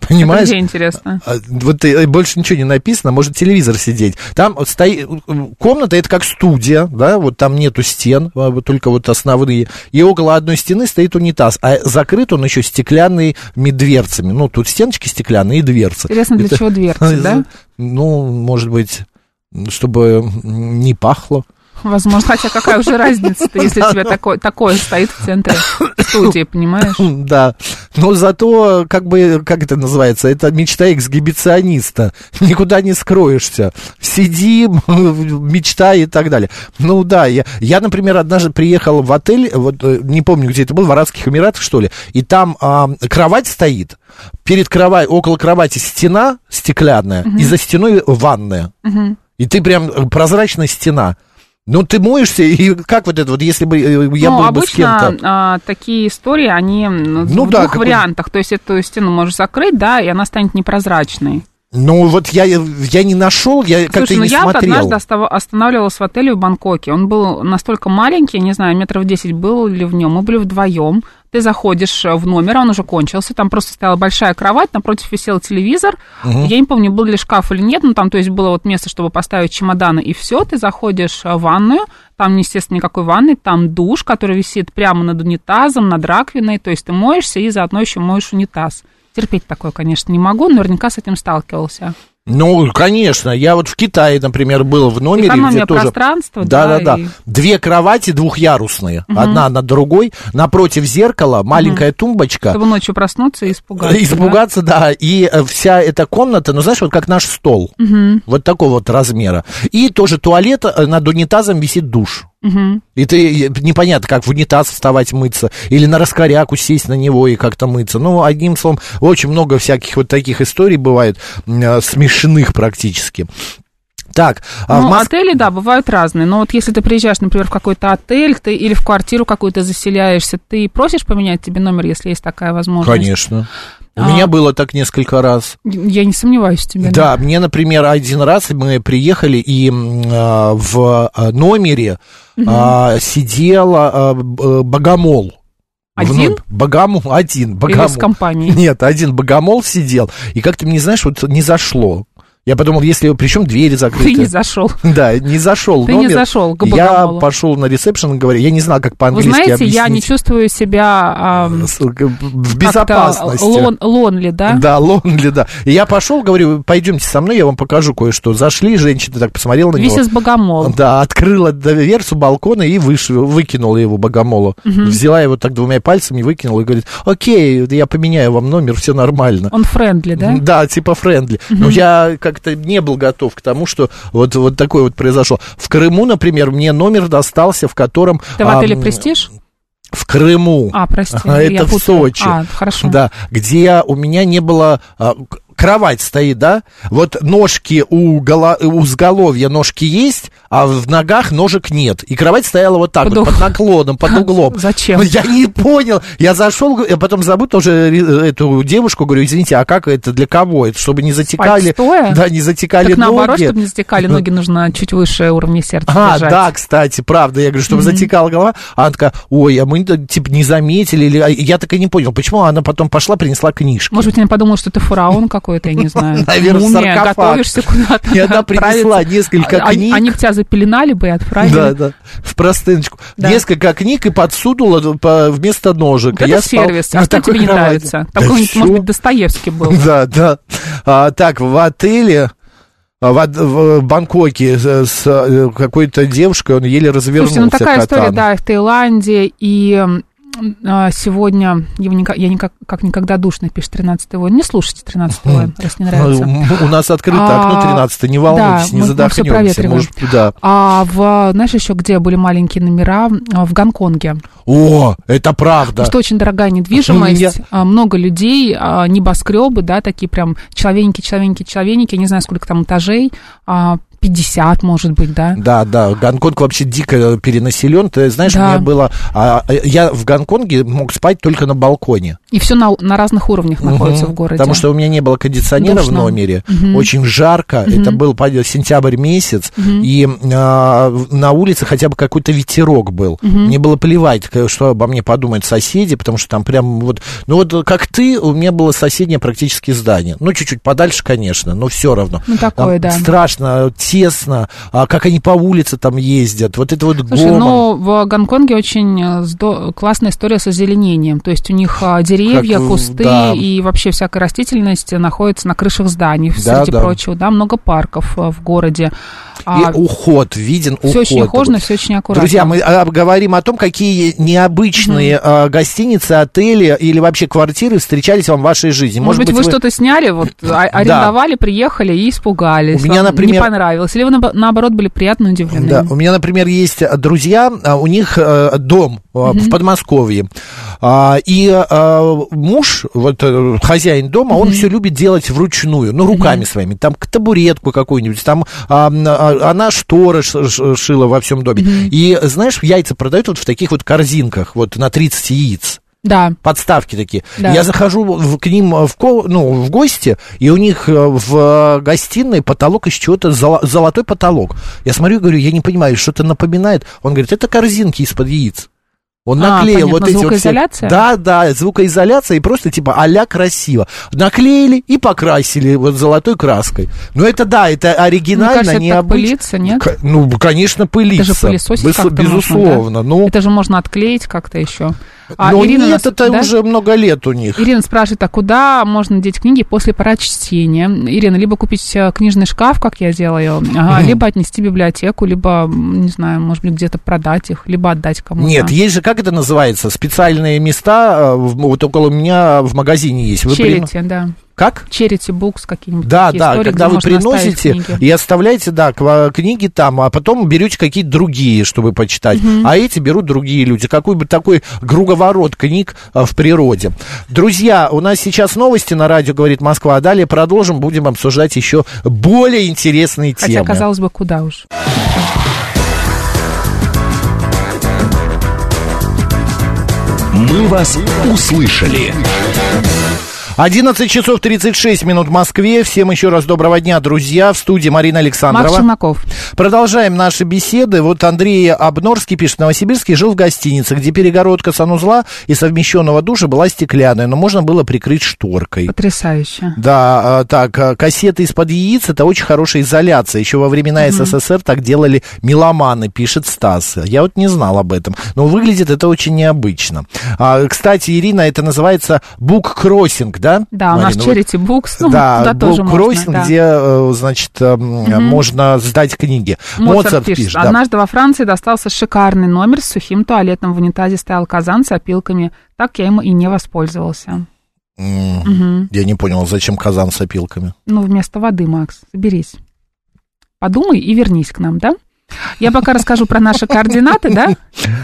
Speaker 4: Понимаешь?
Speaker 2: Где интересно.
Speaker 4: А, Вот э, больше ничего не написано, может телевизор сидеть. Там вот стоит э, комната, это как студия, да, вот там нету стен, а, вот только вот основные. И около одной стены стоит унитаз, а закрыт он еще стеклянными дверцами. Ну, тут стеночки стеклянные и дверцы.
Speaker 2: Интересно, для
Speaker 4: Это-
Speaker 2: чего дверцы, да?
Speaker 4: ну, может быть, чтобы не пахло.
Speaker 2: Возможно, хотя какая уже разница-то, если у тебя такое, такое стоит в центре студии, понимаешь?
Speaker 4: Да. Но зато, как бы, как это называется, это мечта эксгибициониста. Никуда не скроешься. Сиди, мечта и так далее. Ну да, я, я, например, однажды приехал в отель, вот э, не помню, где это был, в Арабских Эмиратах, что ли, и там а, кровать стоит, перед кровать, около кровати стена стеклянная, и за стеной ванная. И ты прям э, прозрачная стена. Ну, ты моешься, и как вот это вот, если бы э, я
Speaker 2: ну,
Speaker 4: был бы с
Speaker 2: обычно
Speaker 4: кем-то...
Speaker 2: а, такие истории, они ну,
Speaker 4: Ну
Speaker 2: в
Speaker 4: да,
Speaker 2: двух
Speaker 4: какой-
Speaker 2: вариантах. То есть эту стену можешь закрыть, да, и она станет непрозрачной.
Speaker 4: Ну, вот я, я не нашел, я как-то
Speaker 2: Слушай, ну
Speaker 4: не
Speaker 2: я вот
Speaker 4: смотрел.
Speaker 2: однажды остав- останавливалась в отеле в Бангкоке. Он был настолько маленький, я не знаю, метров 10 был ли в нем. Мы были вдвоем. Ты заходишь э, в номер, а он уже кончился. Там просто стояла большая кровать, напротив висел телевизор. Я не помню, был ли шкаф или нет, но там, то есть, было вот место, чтобы поставить чемоданы, и все. Ты заходишь э, в ванную, там, естественно, никакой ванны, там душ, который висит прямо над унитазом, над раковиной. То есть ты моешься и заодно еще моешь унитаз. Терпеть такое, конечно, не могу, наверняка с этим сталкивался.
Speaker 4: Ну, конечно, я вот в Китае, например, был в номере,
Speaker 2: Экономия
Speaker 4: где тоже...
Speaker 2: пространства,
Speaker 4: да, да,
Speaker 2: да,
Speaker 4: да.
Speaker 2: и-
Speaker 4: Две кровати двухъярусные, одна над другой, напротив зеркала маленькая тумбочка.
Speaker 2: Чтобы ночью проснуться и испугаться. да?
Speaker 4: Испугаться, да. И э, вся эта комната, ну, знаешь, вот как наш стол. Вот такого вот размера. И тоже туалет, э, над унитазом висит душ. И ты э, непонятно, как в унитаз вставать мыться, или на раскоряку сесть на него и как-то мыться. Ну, одним словом, очень много всяких вот таких историй бывает, м, э, смешных практически. Так, а в
Speaker 2: Ну,
Speaker 4: Москве...
Speaker 2: отели, да, бывают разные. Но вот если ты приезжаешь, например, в какой-то отель, ты или в квартиру какую-то заселяешься, ты просишь поменять тебе номер, если есть такая возможность?
Speaker 4: Конечно. У
Speaker 2: А.
Speaker 4: меня было так несколько раз.
Speaker 2: Я не сомневаюсь в тебе.
Speaker 4: Да, мне, например, один раз мы приехали, и м, а, в а, номере а, сидела а, б- э, богомол.
Speaker 2: Один?
Speaker 4: Вну- Богомол, один.
Speaker 2: Или
Speaker 4: Богомол.
Speaker 2: с компанией.
Speaker 4: Нет, один богомол сидел, и как-то мне, знаешь, вот не зашло. Я подумал, если... Причем двери закрыты.
Speaker 2: Ты не зашел.
Speaker 4: Да, не зашел в
Speaker 2: Ты не
Speaker 4: номер.
Speaker 2: зашел к
Speaker 4: Я
Speaker 2: богомолу.
Speaker 4: пошел на ресепшн, говорю, я не знал, как
Speaker 2: Вы
Speaker 4: по-английски
Speaker 2: знаете, я не
Speaker 4: объяснить.
Speaker 2: чувствую себя ам,
Speaker 4: С- В
Speaker 2: как-то
Speaker 4: безопасности.
Speaker 2: лон, лонли, да?
Speaker 4: Да, Лонли, да. И я пошел, говорю, пойдемте со мной, я вам покажу кое-что. Зашли, женщина так посмотрела на него.
Speaker 2: Висис Богомол.
Speaker 4: Да, открыла дверцу балкона и выш... выкинула его богомолу. Взяла его так двумя пальцами, выкинула и говорит, окей, я поменяю вам номер, все нормально.
Speaker 2: Он френдли, да?
Speaker 4: Да, типа френдли. Но я как как-то не был готов к тому, что вот, вот такое вот произошло. В Крыму, например, мне номер достался, в котором...
Speaker 2: Ты в отеле
Speaker 4: ам,
Speaker 2: «Престиж»?
Speaker 4: В Крыму.
Speaker 2: А, прости,
Speaker 4: А,
Speaker 2: я
Speaker 4: Это в
Speaker 2: путаю.
Speaker 4: Сочи.
Speaker 2: А, хорошо.
Speaker 4: Да, где у меня не было... а, к- Кровать стоит, да? Вот ножки у, голо... у сголовья ножки есть, а в ногах ножек нет. И кровать стояла вот так
Speaker 2: Под
Speaker 4: вот,
Speaker 2: уг-
Speaker 4: под наклоном, под углом.
Speaker 2: Зачем?
Speaker 4: Ну, Я не понял. Я зашел, я потом забыл тоже ре- эту девушку, говорю, извините, а как это, для кого это? Чтобы не затекали...
Speaker 2: Спать стоя?
Speaker 4: Да, не затекали
Speaker 2: так наоборот,
Speaker 4: ноги.
Speaker 2: чтобы не затекали ноги, нужно чуть выше уровня сердца
Speaker 4: А,
Speaker 2: держать.
Speaker 4: да, кстати, правда. Я говорю, чтобы затекала голова. А она такая, ой, а мы да, типа не заметили. Или... а Я так и не понял, почему она потом пошла, принесла книжки.
Speaker 2: Может быть, она подумала, что ты фараон какой-то, я не знаю.
Speaker 4: Наверное,
Speaker 2: Мумия,
Speaker 4: саркофаг.
Speaker 2: готовишься куда-то.
Speaker 4: И она принесла
Speaker 2: отправиться.
Speaker 4: несколько
Speaker 2: А-
Speaker 4: книг.
Speaker 2: Они бы тебя запеленали бы и отправили.
Speaker 4: Да, да, в простыночку.
Speaker 2: Да.
Speaker 4: Несколько книг и подсудула по- вместо ножек.
Speaker 2: Вот Это
Speaker 4: Я спал
Speaker 2: сервис.
Speaker 4: на
Speaker 2: А что
Speaker 4: такой
Speaker 2: тебе не
Speaker 4: кровати.
Speaker 2: нравится?
Speaker 4: Да
Speaker 2: Такой,
Speaker 4: всё.
Speaker 2: может быть, Достоевский был.
Speaker 4: Да, да. А, так, в отеле а, в, от- в Бангкоке с, с, э, какой-то девушкой он еле развернулся.
Speaker 2: Слушайте, ну такая история,
Speaker 4: катану.
Speaker 2: да, в Таиланде и м, а, сегодня я, никак, я никак, как никогда душно пишет 13 воин. Не слушайте 13 воин, раз не нравится.
Speaker 4: Ну, м- У нас открыто окно
Speaker 2: А,
Speaker 4: 13 не
Speaker 2: да,
Speaker 4: волнуйтесь,
Speaker 2: мы-
Speaker 4: не
Speaker 2: мы всё
Speaker 4: задохнемся.
Speaker 2: проветриваем.
Speaker 4: Может, да.
Speaker 2: А в, знаешь, еще где были маленькие номера? А, В Гонконге.
Speaker 4: О, это правда.
Speaker 2: Ну, Что очень дорогая недвижимость,
Speaker 4: Ну, Я-
Speaker 2: а, много людей, а, небоскребы, да, такие прям человеники, человеники, человеники, я не знаю, сколько там этажей, а, 50, может быть, да.
Speaker 4: Да, да, Гонконг вообще дико перенаселен. Ты знаешь,
Speaker 2: Да.
Speaker 4: у меня было... а, я в Гонконге мог спать только на балконе.
Speaker 2: И все на, на разных уровнях находится
Speaker 4: Мгм.
Speaker 2: в городе.
Speaker 4: Потому что у меня не было кондиционера в
Speaker 2: Душно.
Speaker 4: номере. Очень жарко. Это был по- сентябрь месяц. И а, в- на улице хотя бы какой-то ветерок был. Мне было плевать, к- что обо мне подумают соседи, потому что там прям вот... Ну вот как ты, у меня было соседнее практически здание. Ну чуть-чуть подальше, конечно, но все равно.
Speaker 2: Ну, такое, да.
Speaker 4: Там Страшно, тесно. А как они по улице там ездят. Вот это вот
Speaker 2: Слушай,
Speaker 4: гомон.
Speaker 2: ну в Гонконге очень э, здо- классная история с озеленением. То есть у них а, деревья,
Speaker 4: Как в-
Speaker 2: кусты
Speaker 4: да.
Speaker 2: и вообще всякая растительность находится на крышах зданий,
Speaker 4: Да,
Speaker 2: среди
Speaker 4: да.
Speaker 2: прочего. Да, много парков а, в городе.
Speaker 4: И
Speaker 2: А,
Speaker 4: уход, виден уход.
Speaker 2: все очень ухоженно,
Speaker 4: Вот.
Speaker 2: все очень аккуратно.
Speaker 4: Друзья, мы а, говорим о том, какие необычные а, гостиницы, отели или вообще квартиры встречались вам в вашей жизни.
Speaker 2: Может, быть, вы, что-то сняли, вот а- арендовали, приехали и испугались.
Speaker 4: У меня,
Speaker 2: Вам
Speaker 4: например-
Speaker 2: не понравилось. Или вы наоб- наоборот были приятно удивлены.
Speaker 4: Да, у меня, например, есть э, друзья, а, у них э, дом э, в Подмосковье, А, и э, муж, вот э, хозяин дома, он все любит делать вручную, ну руками своими, там к- табуретку какую-нибудь, там а, м, а, она шторы ш- ш- шила во всем доме. И знаешь, яйца продают вот в таких вот корзинках, вот на 30 яиц.
Speaker 2: Да.
Speaker 4: подставки такие.
Speaker 2: Да.
Speaker 4: Я захожу в- к ним в, ко- ну, в гости, и у них э, в гостиной потолок из чего-то, золо- золотой потолок. Я смотрю и говорю, я не понимаю, что-то напоминает. Он говорит, это корзинки из-под яиц. Он
Speaker 2: А,
Speaker 4: наклеил
Speaker 2: понятно,
Speaker 4: вот эти вот все-
Speaker 2: звукоизоляция?
Speaker 4: Да, да, звукоизоляция и просто типа а-ля красиво. Наклеили и покрасили вот золотой краской. Ну это да, это оригинально,
Speaker 2: Мне кажется, это так
Speaker 4: необычно.
Speaker 2: пылится, нет?
Speaker 4: К- Ну, конечно, пылится.
Speaker 2: Это же пылесосить
Speaker 4: Бес-
Speaker 2: как-то можно,
Speaker 4: Безусловно.
Speaker 2: да?
Speaker 4: ну,
Speaker 2: Это же можно отклеить как-то еще. А
Speaker 4: но
Speaker 2: Ирина нас-
Speaker 4: нет, это
Speaker 2: да?
Speaker 4: уже много лет у них.
Speaker 2: Ирина спрашивает, а куда можно деть книги после прочтения? Ирина, либо купить э, книжный шкаф, как я делаю, а, либо отнести в библиотеку, либо, м, не знаю, может быть, где-то продать их, либо отдать кому-то.
Speaker 4: Нет, есть же, как это называется, специальные места, э, в- вот около меня в магазине есть. Вы прин-
Speaker 2: Черити, да.
Speaker 4: Как?
Speaker 2: Черити букс какие-нибудь.
Speaker 4: Да,
Speaker 2: такие
Speaker 4: да,
Speaker 2: истории,
Speaker 4: когда
Speaker 2: где
Speaker 4: вы
Speaker 2: можно оставить
Speaker 4: приносите
Speaker 2: книги.
Speaker 4: и оставляете, да, ква- книги там, а потом берете какие-то другие, чтобы почитать. А эти берут другие люди. Какой бы такой круговорот книг а, в природе. Друзья, у нас сейчас новости на радио «Говорит Москва», а далее продолжим, будем обсуждать еще более интересные
Speaker 2: Хотя,
Speaker 4: темы.
Speaker 2: казалось бы, куда уж.
Speaker 3: «Мы вас услышали».
Speaker 4: 11 часов 36 минут в Москве. Всем еще раз доброго дня, друзья. В студии Марина Александрова.
Speaker 2: Макс Челноков.
Speaker 4: Продолжаем наши беседы. Вот Андрей Обнорский пишет, Новосибирский жил в гостинице, где перегородка санузла и совмещенного душа была стеклянная, но можно было прикрыть шторкой.
Speaker 2: Потрясающе.
Speaker 4: Да, а, так, а, кассеты из-под яиц это очень хорошая изоляция. Еще во времена СССР так делали меломаны, пишет Стас. Я вот не знал об этом. Но выглядит это очень необычно. А, кстати, Ирина, это называется бук-кроссинг, да?
Speaker 2: Да, у нас
Speaker 4: Марина, вот
Speaker 2: черити букс, ну,
Speaker 4: да,
Speaker 2: туда тоже
Speaker 4: Брук
Speaker 2: можно.
Speaker 4: Ройсинг,
Speaker 2: да.
Speaker 4: где, э, значит, э, м, можно сдать книги.
Speaker 2: Моцарт, пишет.
Speaker 4: да.
Speaker 2: Однажды во Франции достался шикарный номер с сухим туалетом. В унитазе стоял казан с опилками. Так я им и не воспользовался.
Speaker 4: М, Я не понял, зачем казан с опилками?
Speaker 2: Ну, вместо воды, Макс, соберись. Подумай и вернись к нам, да? Я пока расскажу про наши координаты, да?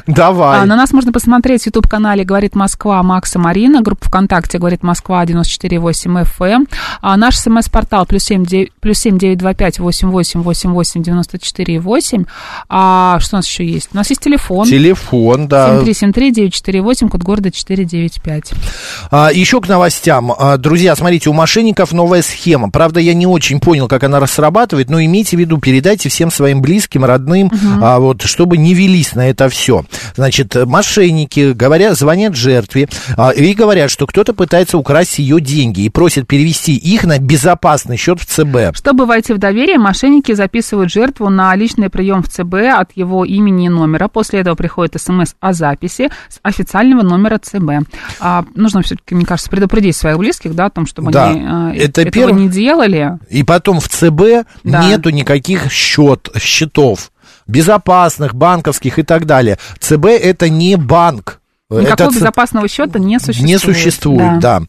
Speaker 4: Давай.
Speaker 2: А, на нас можно посмотреть в YouTube-канале «Говорит Москва» Макса Марина, группа ВКонтакте «Говорит Москва» 94.8 FM, а наш смс-портал плюс семь девять- плюс семь девять два пять восемь восемь восемь восемь девяносто четыре восемь. А что у нас еще есть? У нас есть телефон.
Speaker 4: Телефон, да.
Speaker 2: 7373948, код города 495.
Speaker 4: А, еще к новостям. А, друзья, смотрите, у мошенников новая схема. Правда, я не очень понял, как она рассрабатывает, но имейте в виду, передайте всем своим близким, родным, а, вот, чтобы не велись на это все. Значит, э, мошенники говорят, звонят жертве а, и говорят, что кто-то пытается украсть ее деньги и просят перевести их на безопасный счет в ЦБ.
Speaker 2: Чтобы войти в доверие, мошенники записывают жертву на личный прием в ЦБ от его имени и номера. После этого приходит смс о записи с официального номера ЦБ. А, нужно все-таки, мне кажется, предупредить своих близких, да, о том, чтобы
Speaker 4: Да.
Speaker 2: они а,
Speaker 4: Это
Speaker 2: этого
Speaker 4: перв-
Speaker 2: не делали.
Speaker 4: И потом в ЦБ
Speaker 2: Да.
Speaker 4: нету никаких счет, счетов безопасных, банковских и так далее. ЦБ это не банк. Э,
Speaker 2: Никакого
Speaker 4: Это ц-
Speaker 2: безопасного счета не существует.
Speaker 4: Не существует, да.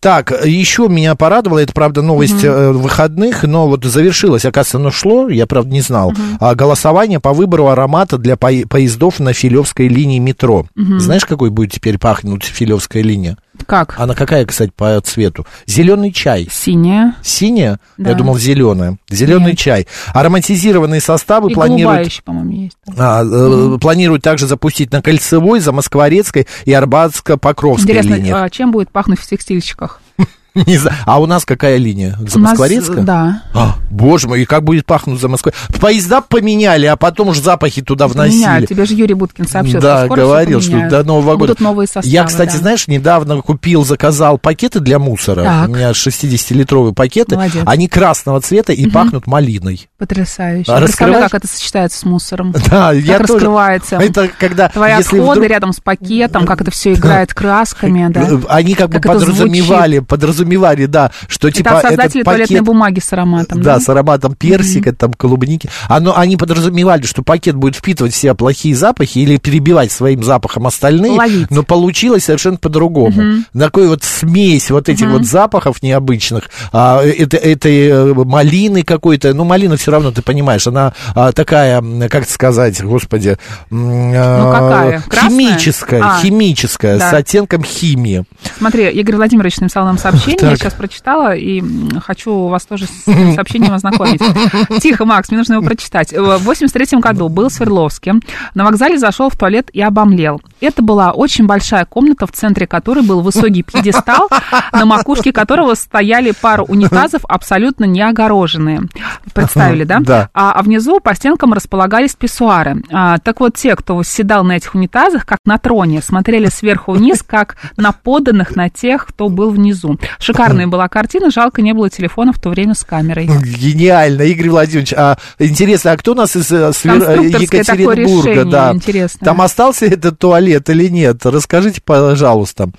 Speaker 4: Так, еще меня порадовало, это, правда, новость э, выходных, но вот завершилось, оказывается, оно шло, я, правда, не знал, а, голосование по выбору аромата для по- поездов на Филевской линии метро. Знаешь, какой будет теперь пахнуть Филевская линия?
Speaker 2: Как?
Speaker 4: Она какая, кстати, по цвету? Зеленый чай.
Speaker 2: Синяя
Speaker 4: Синяя? Я
Speaker 2: Да.
Speaker 4: думал, зеленая. Зеленый
Speaker 2: Нет.
Speaker 4: чай. Ароматизированные составы
Speaker 2: и голубая
Speaker 4: планируют
Speaker 2: еще, по-моему, есть.
Speaker 4: а, э, планируют также запустить на Кольцевой, за Москворецкой и Арбатско-Покровской
Speaker 2: Интересно,
Speaker 4: линиях.
Speaker 2: а чем будет пахнуть в текстильщиках?
Speaker 4: Не знаю. А у нас какая линия? За
Speaker 2: У нас,
Speaker 4: Москворецкая?
Speaker 2: Да.
Speaker 4: А, боже мой, и как будет пахнуть за Москвой? Поезда поменяли, а потом уж запахи туда вносили.
Speaker 2: Меня, тебе же Юрий Буткин сообщил,
Speaker 4: да,
Speaker 2: что скоро всё
Speaker 4: говорил, что
Speaker 2: поменяют.
Speaker 4: до Нового года.
Speaker 2: Будут новые составы.
Speaker 4: Я, кстати,
Speaker 2: да.
Speaker 4: знаешь, недавно купил, заказал пакеты для мусора.
Speaker 2: Так.
Speaker 4: У меня 60-литровые пакеты.
Speaker 2: Молодец.
Speaker 4: Они красного цвета и пахнут малиной.
Speaker 2: Потрясающе.
Speaker 4: А
Speaker 2: Представляю,
Speaker 4: раскрываешь?
Speaker 2: как это сочетается с мусором.
Speaker 4: Да, я
Speaker 2: как
Speaker 4: тоже. А
Speaker 2: раскрывается.
Speaker 4: Это когда...
Speaker 2: Твои
Speaker 4: если
Speaker 2: отходы
Speaker 4: вдруг-
Speaker 2: рядом с пакетом, как это все играет красками, да.
Speaker 4: э, Они
Speaker 2: Как
Speaker 4: как, бы
Speaker 2: это
Speaker 4: подразумевали, подразумевали, да, что
Speaker 2: И
Speaker 4: типа
Speaker 2: там
Speaker 4: этот
Speaker 2: создатели туалетной
Speaker 4: пакет-
Speaker 2: бумаги с ароматом.
Speaker 4: Да, с ароматом персика, там, клубники. Оно, они подразумевали, что пакет будет впитывать в себя плохие запахи или перебивать своим запахом остальные.
Speaker 2: Ловить.
Speaker 4: Но получилось совершенно по-другому. Такой вот смесь вот этих вот запахов необычных, а, это, этой э, малины какой-то. Ну, малина все равно, ты понимаешь, она а, такая, м, как это сказать, господи, ну,
Speaker 2: какая? Красная?
Speaker 4: химическая,
Speaker 2: А.
Speaker 4: химическая, с
Speaker 2: Да.
Speaker 4: оттенком химии.
Speaker 2: Смотри, Игорь Владимирович написал нам сообщение, я
Speaker 4: Так.
Speaker 2: сейчас прочитала, и м, хочу вас тоже с этим сообщением ознакомить. Тихо, Макс, мне нужно его прочитать. Э, В 83 году был в Свердловске, на вокзале зашел в туалет и обомлел. Это была очень большая комната, в центре которой был высокий пьедестал, на макушке которого стояли пару унитазов, абсолютно не огороженные. Представили, да?
Speaker 4: Да.
Speaker 2: А, а внизу по стенкам располагались писсуары. А, так вот, те, кто восседал на этих унитазах, как на троне, смотрели сверху вниз, как на поданных, на тех, кто был внизу. Шикарная была картина, жалко, не было телефона в то время с камерой.
Speaker 4: Ну, Гениально, Игорь Владимирович. А интересно, а кто у нас из э, Свер- э,
Speaker 2: Конструкторское такое
Speaker 4: Екатеринбурга?
Speaker 2: решение
Speaker 4: Да.
Speaker 2: интересное.
Speaker 4: Там остался этот туалет или нет? Расскажите, пожалуйста.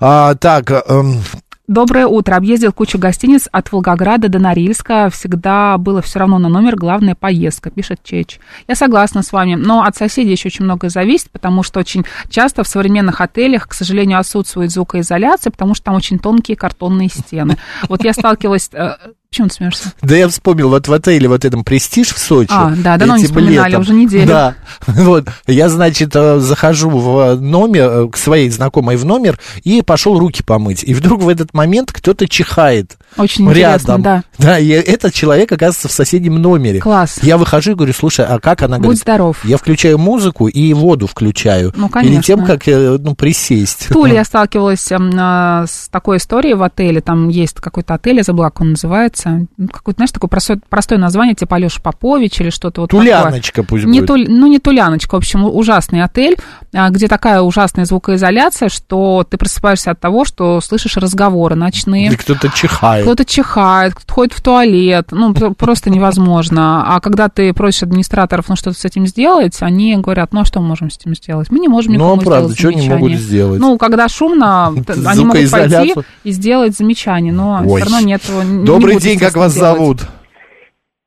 Speaker 4: А, так, эм,
Speaker 2: Доброе утро. Объездил кучу гостиниц от Волгограда до Норильска. Всегда было все равно на номер. Главная поездка, пишет Чеч. Я согласна с вами, но от соседей еще очень многое зависит, потому что очень часто в современных отелях, к сожалению, отсутствует звукоизоляция, потому что там очень тонкие картонные стены. Вот я сталкивалась... э, Почему ты смеешься?
Speaker 4: да я вспомнил, вот в отеле вот этом «Престиж» в Сочи.
Speaker 2: А, да, давно не
Speaker 4: этим
Speaker 2: вспоминали,
Speaker 4: летом.
Speaker 2: уже неделю.
Speaker 4: Да, вот, я, значит, э, захожу в номер, э, к своей знакомой в номер, и пошел руки помыть. И вдруг в этот момент кто-то чихает.
Speaker 2: Очень интересно,
Speaker 4: рядом.
Speaker 2: да.
Speaker 4: Да, и этот человек оказывается в соседнем номере.
Speaker 2: Класс.
Speaker 4: Я выхожу и говорю, слушай, а как она
Speaker 2: Будь
Speaker 4: говорит?
Speaker 2: здоров.
Speaker 4: Я включаю музыку и воду включаю.
Speaker 2: Ну,
Speaker 4: Перед тем,
Speaker 2: конечно.
Speaker 4: как э, ну, присесть.
Speaker 2: В Туле я сталкивалась эм, а, с такой историей в отеле. Там есть какой-то отель, я забыла, как он называется. Ну, Какое-то, знаешь, такое простое, простое название, типа Алеша Попович или что-то вот такое.
Speaker 4: Туляночка пусть
Speaker 2: Не
Speaker 4: будет.
Speaker 2: туль- ну, не Туляночка, в общем, ужасный отель, а, где такая ужасная звукоизоляция, что ты просыпаешься от того, что слышишь разговоры ночные.
Speaker 4: Да кто-то чихает.
Speaker 2: Кто-то чихает, кто-то ходит в туалет. Ну, п- просто невозможно. А когда ты просишь администраторов, ну, что-то с этим сделать, они говорят, ну, а что мы можем с этим сделать? Мы не можем
Speaker 4: Ну,
Speaker 2: никому
Speaker 4: а правда,
Speaker 2: сделать
Speaker 4: чего они
Speaker 2: замечание».
Speaker 4: могут сделать?
Speaker 2: Ну, когда шумно, т- они могут пойти
Speaker 4: Звукоизоляцию.
Speaker 2: и сделать замечание, но
Speaker 4: Ой.
Speaker 2: все равно нет этого. н- не
Speaker 4: Добрый
Speaker 2: будут
Speaker 4: день,
Speaker 2: этого
Speaker 4: как вас
Speaker 2: делать.
Speaker 4: зовут?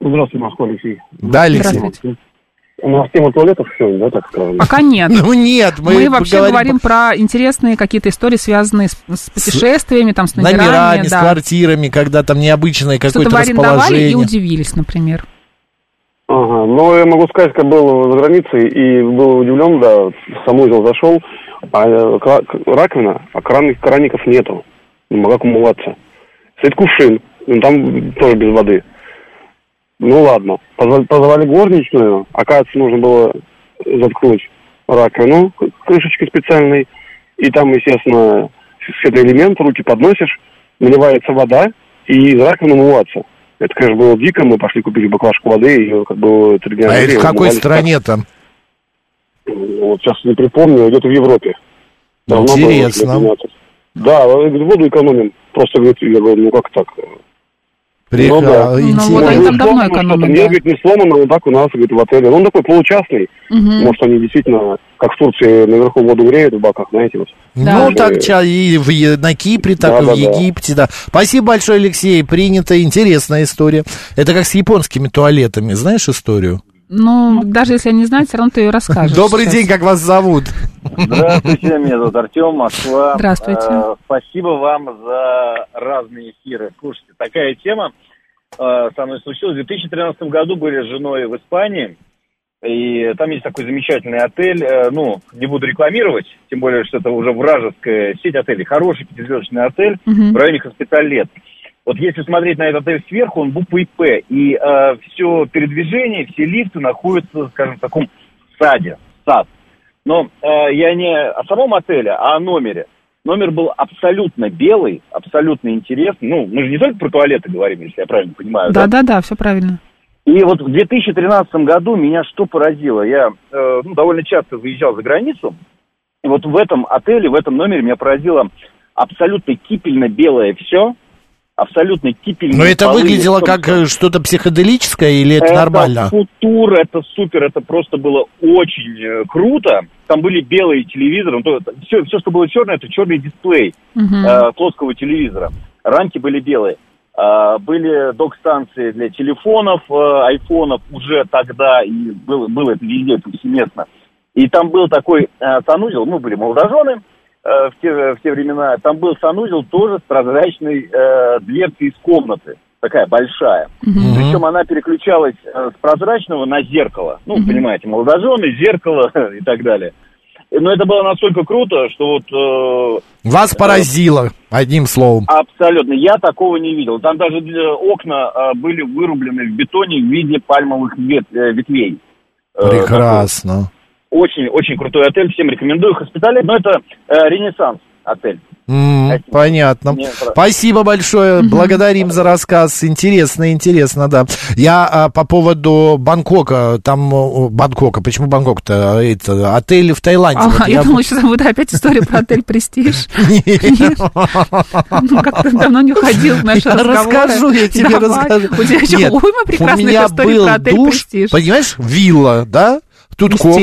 Speaker 5: Здравствуйте, Москва, Алексей.
Speaker 4: Да, Алексей.
Speaker 2: Здравствуйте.
Speaker 5: У нас тема туалетов все, да, так сказать?
Speaker 2: Пока нет.
Speaker 4: Ну нет, мы,
Speaker 2: Мы, вообще говорим про интересные какие-то истории, связанные с, с путешествиями, там, с
Speaker 4: по-
Speaker 2: номерами.
Speaker 4: номерами, с
Speaker 2: да.
Speaker 4: квартирами, когда там необычное
Speaker 2: Что-то
Speaker 4: какое-то
Speaker 2: вы арендовали и
Speaker 4: расположение.
Speaker 2: удивились, например.
Speaker 5: Ага, ну я могу сказать, как был за границей и был удивлен, да, в санузел зашел, а э, кра- к- раковина, а кран- краников нету. Не могу умываться. Стоит кувшин, ну, там тоже без воды. Ну ладно, Позва- позвали горничную, оказывается, нужно было заткнуть раковину к- крышечкой специальной, и там, естественно, элемент, руки подносишь, наливается вода, и из раковины умываться. Это, конечно, было дико, мы пошли купили баклажку воды, ее как бы три дня...
Speaker 4: А это
Speaker 5: жарили,
Speaker 4: в какой
Speaker 5: умывались.
Speaker 4: стране там?
Speaker 5: Вот сейчас не припомню, идет в Европе. Давно было,
Speaker 4: Интересно.
Speaker 5: лет 12. Да, говорит, воду экономим. Просто, говорит, я говорю, ну как так?
Speaker 4: Прика-
Speaker 5: Ну да.
Speaker 2: Ну, вот они там
Speaker 4: интересно.
Speaker 5: Ну, сломано
Speaker 2: давно экономят,
Speaker 5: что-то. Нет,
Speaker 2: да.
Speaker 5: говорит, не сломано, вот так у нас, говорит, в отеле. Ну, Он такой получастный. Может, они действительно, как в Турции, наверху воду греют в баках, знаете, вот.
Speaker 4: Ну,
Speaker 2: Да.
Speaker 4: так ча- и в Е- на Кипре, так и в
Speaker 5: Да-да-да.
Speaker 4: Египте, да. Спасибо большое, Алексей. Принята интересная история. Это как с японскими туалетами. Знаешь историю?
Speaker 2: Ну, даже если они не знают, все равно ты ее расскажешь.
Speaker 4: Добрый
Speaker 2: сейчас.
Speaker 4: день, как вас зовут?
Speaker 6: Здравствуйте, меня зовут Артем, Москва.
Speaker 2: Здравствуйте.
Speaker 6: Э, спасибо вам за разные эфиры. Слушайте, такая тема э, со мной случилась. В 2013 году были с женой в Испании, и там есть такой замечательный отель, э, ну, не буду рекламировать, тем более, что это уже вражеская сеть отелей, хороший пятизвездочный отель
Speaker 2: Мгм.
Speaker 6: в районе Хоспиталет. Вот если смотреть на этот отель сверху, он буквой «П», и все передвижение, все лифты находятся, скажем, в таком саде, сад. Но э, я не о самом отеле, а о номере. Номер был абсолютно белый, абсолютно интересный. Ну, мы же не только про туалеты говорим, если я правильно понимаю. да?
Speaker 2: Да-да-да, все правильно.
Speaker 6: И вот в 2013 году меня что поразило? Я э, ну, довольно часто выезжал за границу. И вот в этом отеле, в этом номере меня поразило абсолютно кипельно белое все. Абсолютно кипельно.
Speaker 4: Но Ну, это выглядело как э, что-то психоделическое или это нормально?
Speaker 6: футур, это супер, это просто было очень э, круто. Там были белые телевизоры, ну, все, все, что было черное, это черный дисплей
Speaker 2: Мгм.
Speaker 6: э, плоского телевизора. Ранки были белые. А, Были док-станции для телефонов, э, айфонов уже тогда, и было, было это везде повсеместно. И там был такой э, санузел, мы были молодожены э, в те, в те времена, там был санузел тоже с прозрачной э, дверцей из комнаты, такая большая.
Speaker 2: Мгм.
Speaker 6: Причем она переключалась э, с прозрачного на зеркало. Ну, понимаете, молодожены, зеркало и так далее. Но это было настолько круто, что вот э,
Speaker 4: Вас поразило, одним словом.
Speaker 6: Абсолютно. Я такого не видел. Там даже э, окна э, были вырублены в бетоне в виде пальмовых вет- э, ветвей. Э,
Speaker 4: Прекрасно.
Speaker 6: такой Очень, очень крутой отель. Всем рекомендую. Хоспитале. Но это э, Ренессанс отель.
Speaker 4: М,
Speaker 6: Спасибо.
Speaker 4: Понятно.
Speaker 6: Мне нравится.
Speaker 4: Спасибо большое. Благодарим за рассказ. Интересно, интересно, да. Я а, по поводу Бангкока, там э, Бангкока, почему Бангкок-то? Это отель в Таиланде.
Speaker 2: Ага,
Speaker 4: Вот
Speaker 2: А, я,
Speaker 4: я-
Speaker 2: думала, сейчас будет опять история про отель «Престиж».
Speaker 4: Нет.
Speaker 2: Ну, как-то давно не ходил в наши
Speaker 4: Я
Speaker 2: разговоры.
Speaker 4: расскажу, я тебе
Speaker 2: Давай.
Speaker 4: расскажу.
Speaker 2: У тебя еще
Speaker 4: Нет,
Speaker 2: уйма
Speaker 4: У
Speaker 2: прекрасных
Speaker 4: меня
Speaker 2: историй
Speaker 4: был
Speaker 2: про отель
Speaker 4: душ,
Speaker 2: «Престиж».
Speaker 4: понимаешь, вилла, да? Тут комната,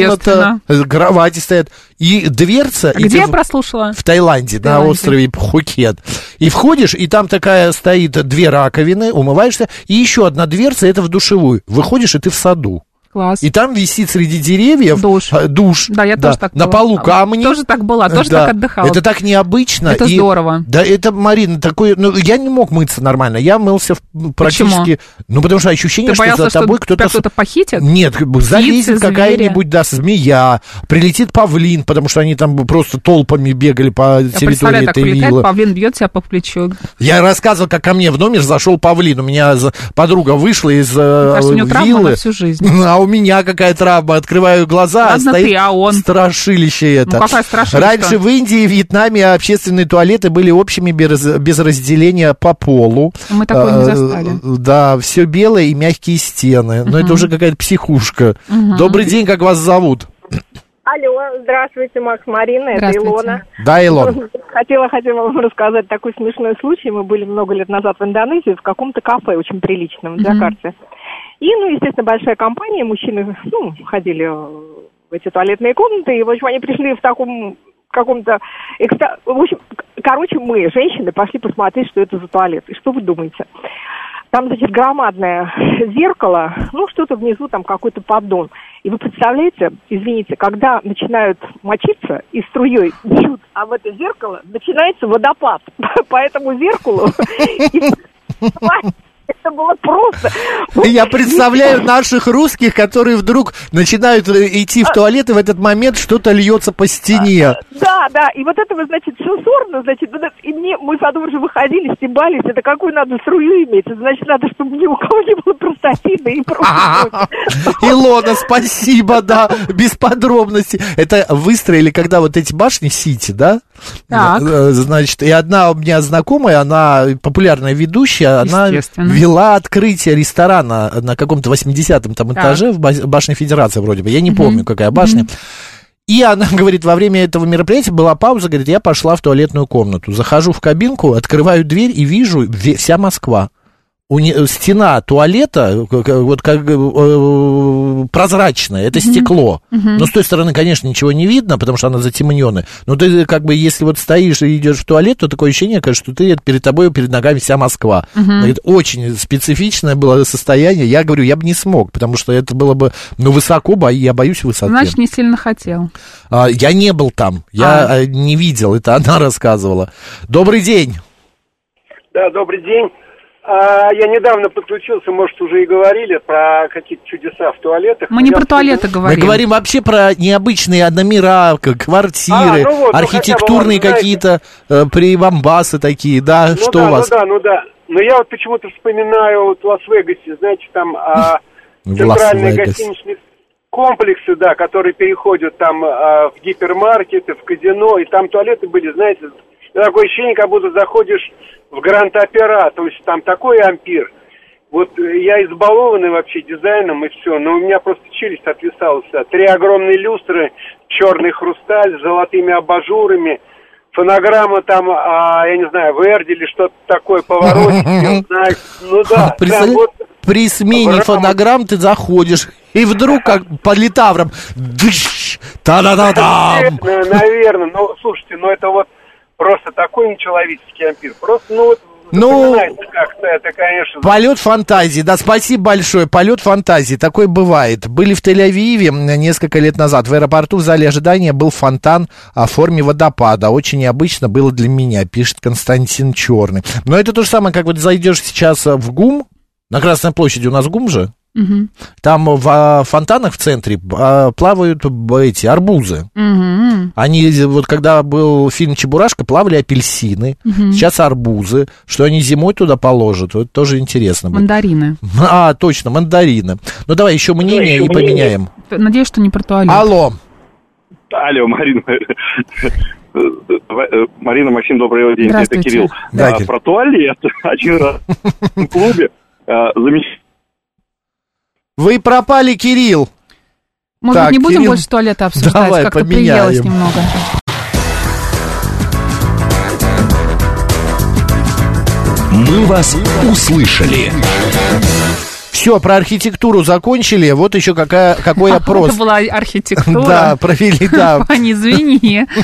Speaker 2: Естественно.
Speaker 4: э, кровати стоят, и дверца.
Speaker 2: А
Speaker 4: и
Speaker 2: Где я
Speaker 4: ты-
Speaker 2: прослушала?
Speaker 4: В Таиланде, на
Speaker 2: Таиланде.
Speaker 4: острове Хукет. И входишь, и там такая стоит две раковины, умываешься, и еще одна дверца, это в душевую. Выходишь, и ты в саду.
Speaker 2: Класс.
Speaker 4: И там висит среди деревьев
Speaker 2: Душ.
Speaker 4: э, душ.
Speaker 2: Да, я тоже так
Speaker 4: На
Speaker 2: была.
Speaker 4: полу камни.
Speaker 2: Тоже так была, тоже
Speaker 4: Да.
Speaker 2: так отдыхала.
Speaker 4: Это так необычно.
Speaker 2: Это
Speaker 4: и-
Speaker 2: здорово.
Speaker 4: Да, это, Марина, такой... Ну, я не мог мыться нормально. Я мылся в- практически... Ну, потому что ощущение,
Speaker 2: Ты
Speaker 4: что
Speaker 2: боялся,
Speaker 4: за
Speaker 2: что
Speaker 4: тобой кто-то...
Speaker 2: тебя кто-то похитит?
Speaker 4: Нет, как бы залезет
Speaker 2: Птицы, звери.
Speaker 4: какая-нибудь, да, змея, прилетит павлин, потому что они там просто толпами бегали
Speaker 2: Я
Speaker 4: по территории
Speaker 2: А представляю, так
Speaker 4: этой
Speaker 2: прилетает,
Speaker 4: виллы.
Speaker 2: павлин бьет тебя по плечу.
Speaker 4: Я рассказывал, как ко мне в номер зашел павлин. У меня за- подруга вышла из э,
Speaker 2: Кажется, у него травма
Speaker 4: виллы.
Speaker 2: на всю жизнь.
Speaker 4: А у меня какая травма. Открываю глаза, а
Speaker 2: Ладно
Speaker 4: стоит
Speaker 2: ты, а он?
Speaker 4: страшилище это.
Speaker 2: Ну, какая страшилище?
Speaker 4: Раньше в Индии и Вьетнаме общественные туалеты были общими без, без разделения по полу.
Speaker 2: Мы такое не
Speaker 4: Э,
Speaker 2: застали.
Speaker 4: Да, все белое и мягкие стены. Но это уже какая-то психушка. Добрый день, как вас зовут?
Speaker 7: Алло, здравствуйте, Макс, Марина, это
Speaker 2: Здравствуйте.
Speaker 7: Илона.
Speaker 4: Да, Илон.
Speaker 7: Хотела, хотела вам рассказать такой смешной случай. Мы были много лет назад в Индонезии в каком-то кафе очень приличном в Джакарте. И, ну, естественно, большая компания, мужчины, ну, ходили э, в эти туалетные комнаты, и, в общем, они пришли в таком каком-то... экста- В общем, к- короче, мы, женщины, пошли посмотреть, что это за туалет. И что вы думаете? Там, значит, громадное зеркало, ну, что-то внизу, там какой-то поддон. И вы представляете, извините, когда начинают мочиться и струей бьют, а в это зеркало начинается водопад. По этому зеркалу это было просто.
Speaker 4: Я представляю наших русских, которые вдруг начинают э, идти в туалет, и в этот момент что-то льется по стене.
Speaker 7: А, Да, да, и вот это, значит, сенсорно, значит, вот это- и мне, мы со двора же выходили, стебались, это какую надо струю иметь, это значит, надо, чтобы ни у кого не было простатина и просто.
Speaker 4: Илона, спасибо, да, без подробностей. Это выстроили, когда вот эти башни в Сити, да?
Speaker 2: Так.
Speaker 4: Э, Значит, и одна у меня знакомая, она популярная ведущая, она
Speaker 2: Естественно.
Speaker 4: вела открытие ресторана на каком-то 80-м там
Speaker 2: Так.
Speaker 4: этаже в ба- башне Федерации вроде бы, я не помню, какая башня. И она говорит, во время этого мероприятия была пауза, говорит, я пошла в туалетную комнату. Захожу в кабинку, открываю дверь и вижу ве- вся Москва. У не- э, стена туалета, к- к- вот как э, прозрачная, это стекло. Но с той стороны, конечно, ничего не видно, потому что она затемненная. Но ты э, как бы, если вот стоишь и идешь в туалет, то такое ощущение, конечно, что ты э, перед тобой, перед ногами вся Москва. Она говорит, очень специфичное было состояние. Я говорю, я бы не смог, потому что это было бы, ну, высоко, бо- я боюсь высоты.
Speaker 2: Значит, не сильно хотел.
Speaker 4: А, Я не был там, я
Speaker 2: А.
Speaker 4: э, не видел, это она рассказывала. Добрый день.
Speaker 8: Да, добрый день. А, я недавно подключился, может, уже и говорили про какие-то чудеса в туалетах.
Speaker 2: Мы не
Speaker 8: Я
Speaker 2: про
Speaker 8: вспомнил-
Speaker 2: туалеты
Speaker 4: Мы
Speaker 2: говорим.
Speaker 4: говорим вообще про необычные номера, к-
Speaker 8: А,
Speaker 4: квартиры,
Speaker 8: ну вот, ну
Speaker 4: архитектурные
Speaker 8: хотя бы,
Speaker 4: какие-то э, прибамбасы такие, да,
Speaker 8: Ну
Speaker 4: что
Speaker 8: да,
Speaker 4: у вас?
Speaker 8: Ну да, ну да. Но я вот почему-то вспоминаю вот в Лас-Вегасе, знаете, там а,
Speaker 4: В
Speaker 8: центральные
Speaker 4: Лас-Вегасе.
Speaker 8: гостиничные комплексы, да, которые переходят там а, в гипермаркеты, в казино, и там туалеты были, знаете, такое ощущение, как будто заходишь в Гранд-Опера, то есть там такой ампир. Вот э, я избалованный вообще дизайном и все, но у меня просто челюсть отвисала вся. Три огромные люстры, черный хрусталь с золотыми абажурами, фонограмма там, а, я не знаю, Верди или что-то такое, поворотик, я знаю. ну да,
Speaker 4: При,
Speaker 8: да,
Speaker 4: с-
Speaker 8: вот
Speaker 4: при смене
Speaker 8: Рамок.
Speaker 4: фонограмм ты заходишь, и вдруг как по литаврам, дыщ, та-да-да-дам.
Speaker 8: Наверное, наверное. Ну, слушайте, ну это вот просто такой нечеловеческий ампир. Просто, ну вот,
Speaker 4: Ну,
Speaker 8: запоминается как-то это, конечно.
Speaker 4: Полет фантазии, да, спасибо большое, полет фантазии, такой бывает. Были в Тель-Авиве м, несколько лет назад, в аэропорту в зале ожидания был фонтан о форме водопада, очень необычно было для меня, пишет Константин Черный. Но это то же самое, как вот зайдешь сейчас э, в ГУМ, на Красной площади у нас ГУМ же,
Speaker 2: Мгм.
Speaker 4: там в а, фонтанах в центре а, плавают б, эти арбузы.
Speaker 2: Мгм.
Speaker 4: Они, э, вот когда был фильм «Чебурашка», плавали апельсины,
Speaker 2: Мгм.
Speaker 4: сейчас арбузы. Что они зимой туда положат, вот тоже интересно будет.
Speaker 2: Мандарины.
Speaker 4: А, точно, мандарины. Ну, давай еще мнение и поменяем.
Speaker 2: Надеюсь, что не про туалет.
Speaker 4: Алло.
Speaker 9: Алло, Марина. Э, э, Марина, Максим, добрый день. Это
Speaker 2: Здравствуйте.
Speaker 9: Кирилл.
Speaker 4: Да,
Speaker 9: А,
Speaker 4: Кирилл.
Speaker 9: Про туалет. Один раз в клубе. а, замечательно.
Speaker 4: Вы пропали, Кирилл.
Speaker 2: Может
Speaker 4: Так,
Speaker 2: быть, не будем
Speaker 4: Кирилл,
Speaker 2: больше туалета обсуждать?
Speaker 4: давай
Speaker 2: Как-то
Speaker 4: поменяем.
Speaker 2: приелось немного.
Speaker 3: «Мы вас услышали».
Speaker 4: Все, про архитектуру закончили. Вот еще какая, какой опрос.
Speaker 2: А, Это была архитектура.
Speaker 4: Да, провели, да.
Speaker 2: Ваня, извини.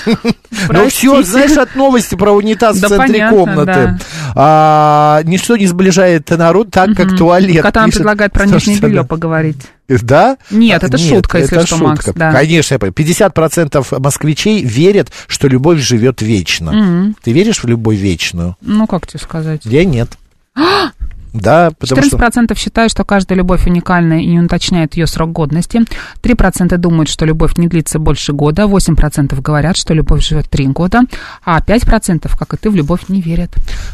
Speaker 4: Ну все,
Speaker 2: Простите.
Speaker 4: знаешь, от новости про унитаз в
Speaker 2: Да
Speaker 4: центре
Speaker 2: понятно,
Speaker 4: комнаты.
Speaker 2: да.
Speaker 4: А, Ничто не сближает народ так, как туалет.
Speaker 2: Когда нам
Speaker 4: пишет
Speaker 2: предлагают про нижнее
Speaker 4: 162.
Speaker 2: белье поговорить.
Speaker 4: Да?
Speaker 2: Нет,
Speaker 4: А,
Speaker 2: это шутка, если
Speaker 4: это
Speaker 2: что, Макс,
Speaker 4: шутка.
Speaker 2: да.
Speaker 4: Конечно, я понимаю. 50% москвичей верят, что любовь живет вечно.
Speaker 2: Мгм.
Speaker 4: Ты веришь в любовь вечную?
Speaker 2: Ну, как тебе сказать?
Speaker 4: Я нет. Да, потому что...
Speaker 2: 14% считают, что каждая любовь уникальна и не уточняет ее срок годности. 3% думают, что любовь не длится больше года. 8% говорят, что любовь живет 3 года. А 5%, как и ты, в любовь не верят.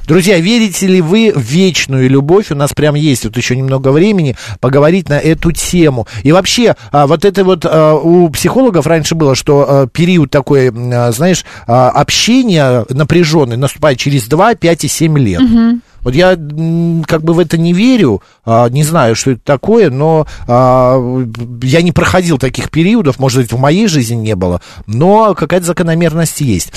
Speaker 4: Друзья, верите ли вы в вечную любовь? У нас прям есть вот еще немного времени поговорить на эту тему. И вообще, а, вот это вот а, у психологов раньше было, что а, период такой, м, а, знаешь, а, общения напряженный наступает через 2, 5 и 7 лет. Вот я м, как бы в это не верю, а, не знаю, что это такое, но а, я не проходил таких периодов, может быть, в моей жизни не было, но какая-то закономерность есть.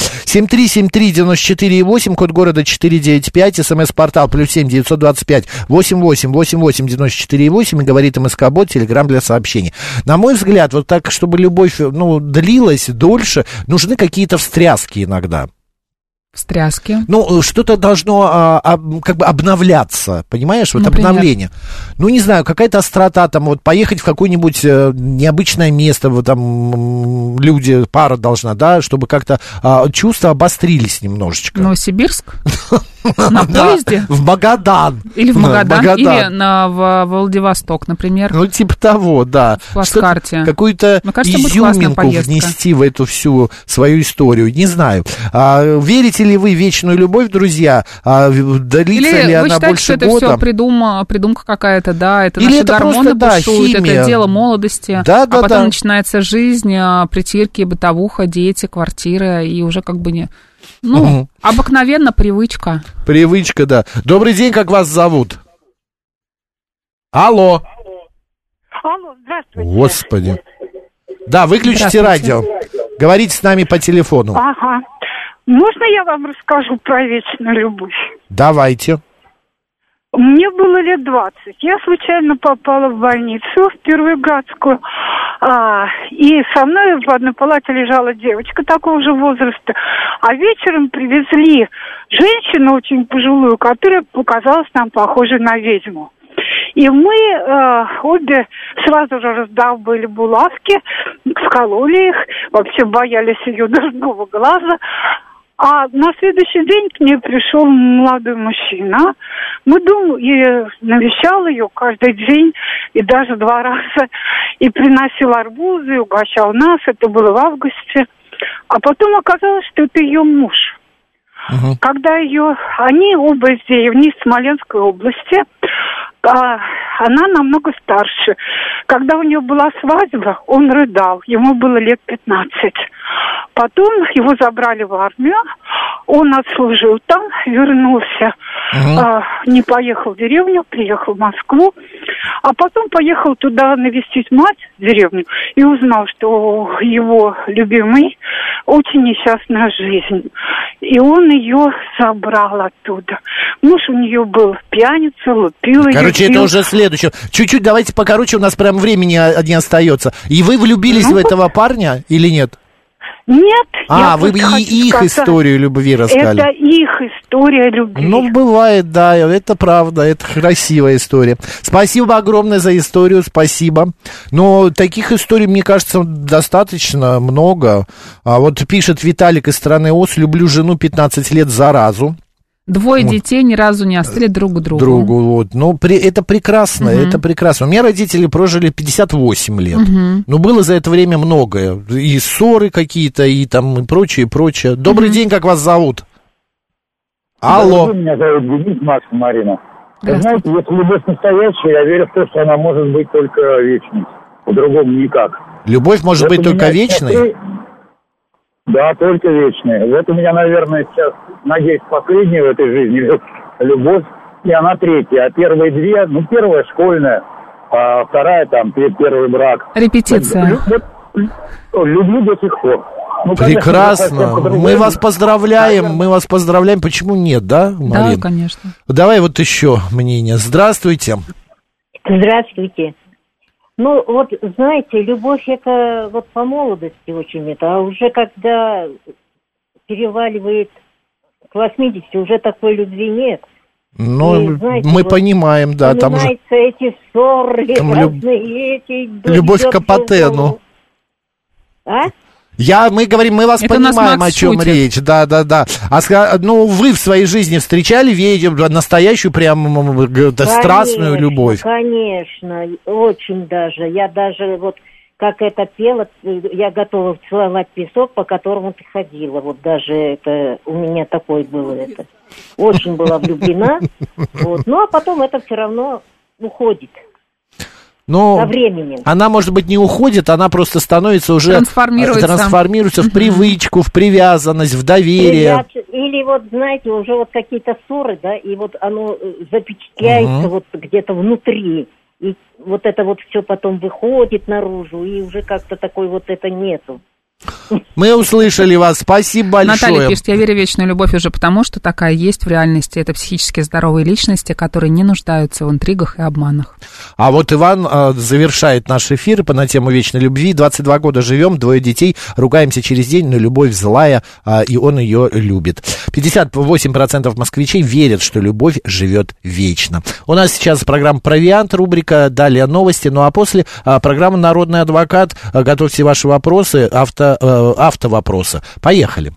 Speaker 4: 7373948, код города 495, смс-портал плюс 7 925 8888 94,8 и говорит МСК-бот, телеграм для сообщений. На мой взгляд, вот так, чтобы любовь ну, длилась дольше, нужны какие-то встряски иногда.
Speaker 2: Встряски.
Speaker 4: Ну, что-то должно а, об- как бы обновляться, понимаешь? Вот
Speaker 2: Например?
Speaker 4: обновление. Ну, не знаю, какая-то острота, там, вот поехать в какое-нибудь э, необычное место, вот там м, люди, пара должна, да, чтобы как-то а, чувства обострились немножечко.
Speaker 2: Новосибирск? Ну, На
Speaker 4: Да,
Speaker 2: поезде?
Speaker 4: В Магадан.
Speaker 2: Или в
Speaker 4: Да,
Speaker 2: Магадан, или на в- Владивосток, например.
Speaker 4: Ну, типа того, да.
Speaker 2: В плацкарте.
Speaker 4: Что-то, Какую-то
Speaker 2: Мне кажется, будет классная
Speaker 4: изюминку
Speaker 2: поездка.
Speaker 4: внести в эту всю свою историю. Не знаю. А, верите ли вы в вечную любовь, друзья? А, в- длится
Speaker 2: Или вы
Speaker 4: ли она
Speaker 2: считаете,
Speaker 4: больше
Speaker 2: что это
Speaker 4: года?
Speaker 2: все придума, придумка какая-то, да, это
Speaker 4: Или
Speaker 2: наши
Speaker 4: это
Speaker 2: гормоны
Speaker 4: просто, да,
Speaker 2: бушуют,
Speaker 4: химия.
Speaker 2: это дело молодости,
Speaker 4: Да, да,
Speaker 2: а потом
Speaker 4: да.
Speaker 2: начинается жизнь, а, притирки, бытовуха, дети, квартира, и уже как бы не... Ну,
Speaker 4: Мгм.
Speaker 2: обыкновенно привычка.
Speaker 4: Привычка, да. Добрый день, как вас зовут? Алло.
Speaker 6: Алло, здравствуйте.
Speaker 4: Господи. Да, выключите
Speaker 6: Здравствуйте.
Speaker 4: радио. Говорите с нами по телефону.
Speaker 6: Ага. Можно я вам расскажу про вечную любовь?
Speaker 4: Давайте.
Speaker 6: Мне было лет 20. Я случайно попала в больницу, в первую градскую. А, и со мной в одной палате лежала девочка такого же возраста. А вечером привезли женщину очень пожилую, которая показалась нам похожей на ведьму. И мы э, обе сразу же раздолбали булавки, вкололи их, вообще боялись ее дурного глаза. А на следующий день к ней пришел молодой мужчина. Мы думал, и навещал ее каждый день, и даже два раза. И приносил арбузы, и угощал нас. Это было в августе. А потом оказалось, что это ее муж. Когда ее... Они оба из деревни Смоленской области. А, она намного старше. Когда у нее была свадьба, он рыдал. Ему было лет 15. Потом его забрали в армию. Он отслужил там, вернулся. А, не поехал в деревню, приехал в Москву. А потом поехал туда навестить мать в деревню и узнал, что его любимый очень несчастная жизнь. И он ее забрал оттуда. Муж у нее был пьяница, лупил ее.
Speaker 4: Короче, это
Speaker 6: бил.
Speaker 4: уже следующее. Чуть-чуть давайте покороче, у нас прям времени о- не остается. И вы влюбились в этого парня или нет?
Speaker 6: Нет.
Speaker 4: А,
Speaker 6: Ну, я
Speaker 4: вы бы
Speaker 6: просто
Speaker 4: и
Speaker 6: хочу
Speaker 4: их
Speaker 6: сказать,
Speaker 4: историю любви рассказали.
Speaker 6: Это их история любви.
Speaker 4: Ну, бывает, да, это правда, это красивая история. Спасибо огромное за историю, спасибо. Но таких историй, мне кажется, достаточно много. А вот пишет Виталик из страны ОС, люблю жену 15 лет за разу.
Speaker 2: Двое детей ни разу не остыли друг к другу.
Speaker 4: Другу, вот. Ну, при, это прекрасно,
Speaker 2: Мгм.
Speaker 4: это прекрасно. У меня родители прожили 58 лет.
Speaker 2: Мгм.
Speaker 4: Но было за это время многое. И ссоры какие-то, и там, и прочее, прочее. Добрый день, как вас зовут? Алло.
Speaker 10: Здравствуй, Меня зовут Денис Макс Марина. Вы знаете, если любовь настоящая, я верю в то, что она может быть только вечной. По-другому никак.
Speaker 4: Любовь может
Speaker 10: Вот
Speaker 4: быть
Speaker 10: у
Speaker 4: только
Speaker 10: меня
Speaker 4: вечной?
Speaker 10: сейчас- Да, только вечная. Вот у меня, наверное, сейчас, надеюсь, последняя в этой жизни лю- любовь. И она третья. А первые две, ну, первая школьная, а вторая там пе- первый брак.
Speaker 2: Репетиция.
Speaker 10: Лю- вот, лю- Люблю до сих пор. Ну, конечно,
Speaker 4: Прекрасно.
Speaker 10: совсем по-другому.
Speaker 4: Мы вас поздравляем, мы вас поздравляем. Почему нет, да,
Speaker 2: Да,
Speaker 4: Марин?
Speaker 2: конечно.
Speaker 4: Давай вот еще мнение. Здравствуйте.
Speaker 11: Здравствуйте. Ну, вот, знаете, любовь это вот по молодости очень это, а уже когда переваливает к 80, уже такой любви нет.
Speaker 4: Ну,
Speaker 11: И, знаете,
Speaker 4: мы
Speaker 11: вот
Speaker 4: понимаем, да, там же
Speaker 11: Вспоминаются эти ссоры,
Speaker 4: Там люб-
Speaker 11: разные эти... идут,
Speaker 4: любовь
Speaker 11: идет
Speaker 4: к ну. Апатену.
Speaker 11: А?
Speaker 4: Я, мы говорим, мы вас
Speaker 11: Это у нас
Speaker 4: понимаем,
Speaker 11: Макс
Speaker 4: о чем
Speaker 11: шутит.
Speaker 4: речь. Да, да, да. А ска- ну, вы в своей жизни встречали ведьм, настоящую прям м, г- да, страстную
Speaker 11: Конечно,
Speaker 4: любовь?
Speaker 11: Конечно, очень даже. Я даже вот как это пела, э, я готова целовать песок, по которому ты ходила. Вот даже это у меня такое было это. Очень была влюблена. Вот. Ну а потом это все равно уходит.
Speaker 4: Но
Speaker 11: Со временем.
Speaker 4: Ну, она, может быть, не уходит, она просто становится уже...
Speaker 11: Трансформируется.
Speaker 4: э, Трансформируется в привычку, в привязанность, в доверие.
Speaker 11: Ребят, Или вот, знаете, уже вот какие-то ссоры, да, и вот оно э, запечатляется
Speaker 4: Мгм.
Speaker 11: вот где-то внутри. И вот это вот все потом выходит наружу, и уже как-то такой вот это нету.
Speaker 4: Мы услышали вас. Спасибо большое.
Speaker 2: Наталья пишет, я верю в вечную любовь уже потому, что такая есть в реальности. Это психически здоровые личности, которые не нуждаются в интригах и обманах.
Speaker 4: А вот Иван э, завершает наш эфир по на тему вечной любви. 22 года живем, двое детей, ругаемся через день, но любовь злая, а, и он ее любит. 58% москвичей верят, что любовь живет вечно. У нас сейчас программа «Провиант», рубрика «Далее новости». Ну а после а, программа «Народный адвокат». А, Готовьте ваши вопросы, авто, э, автовопросы. Поехали.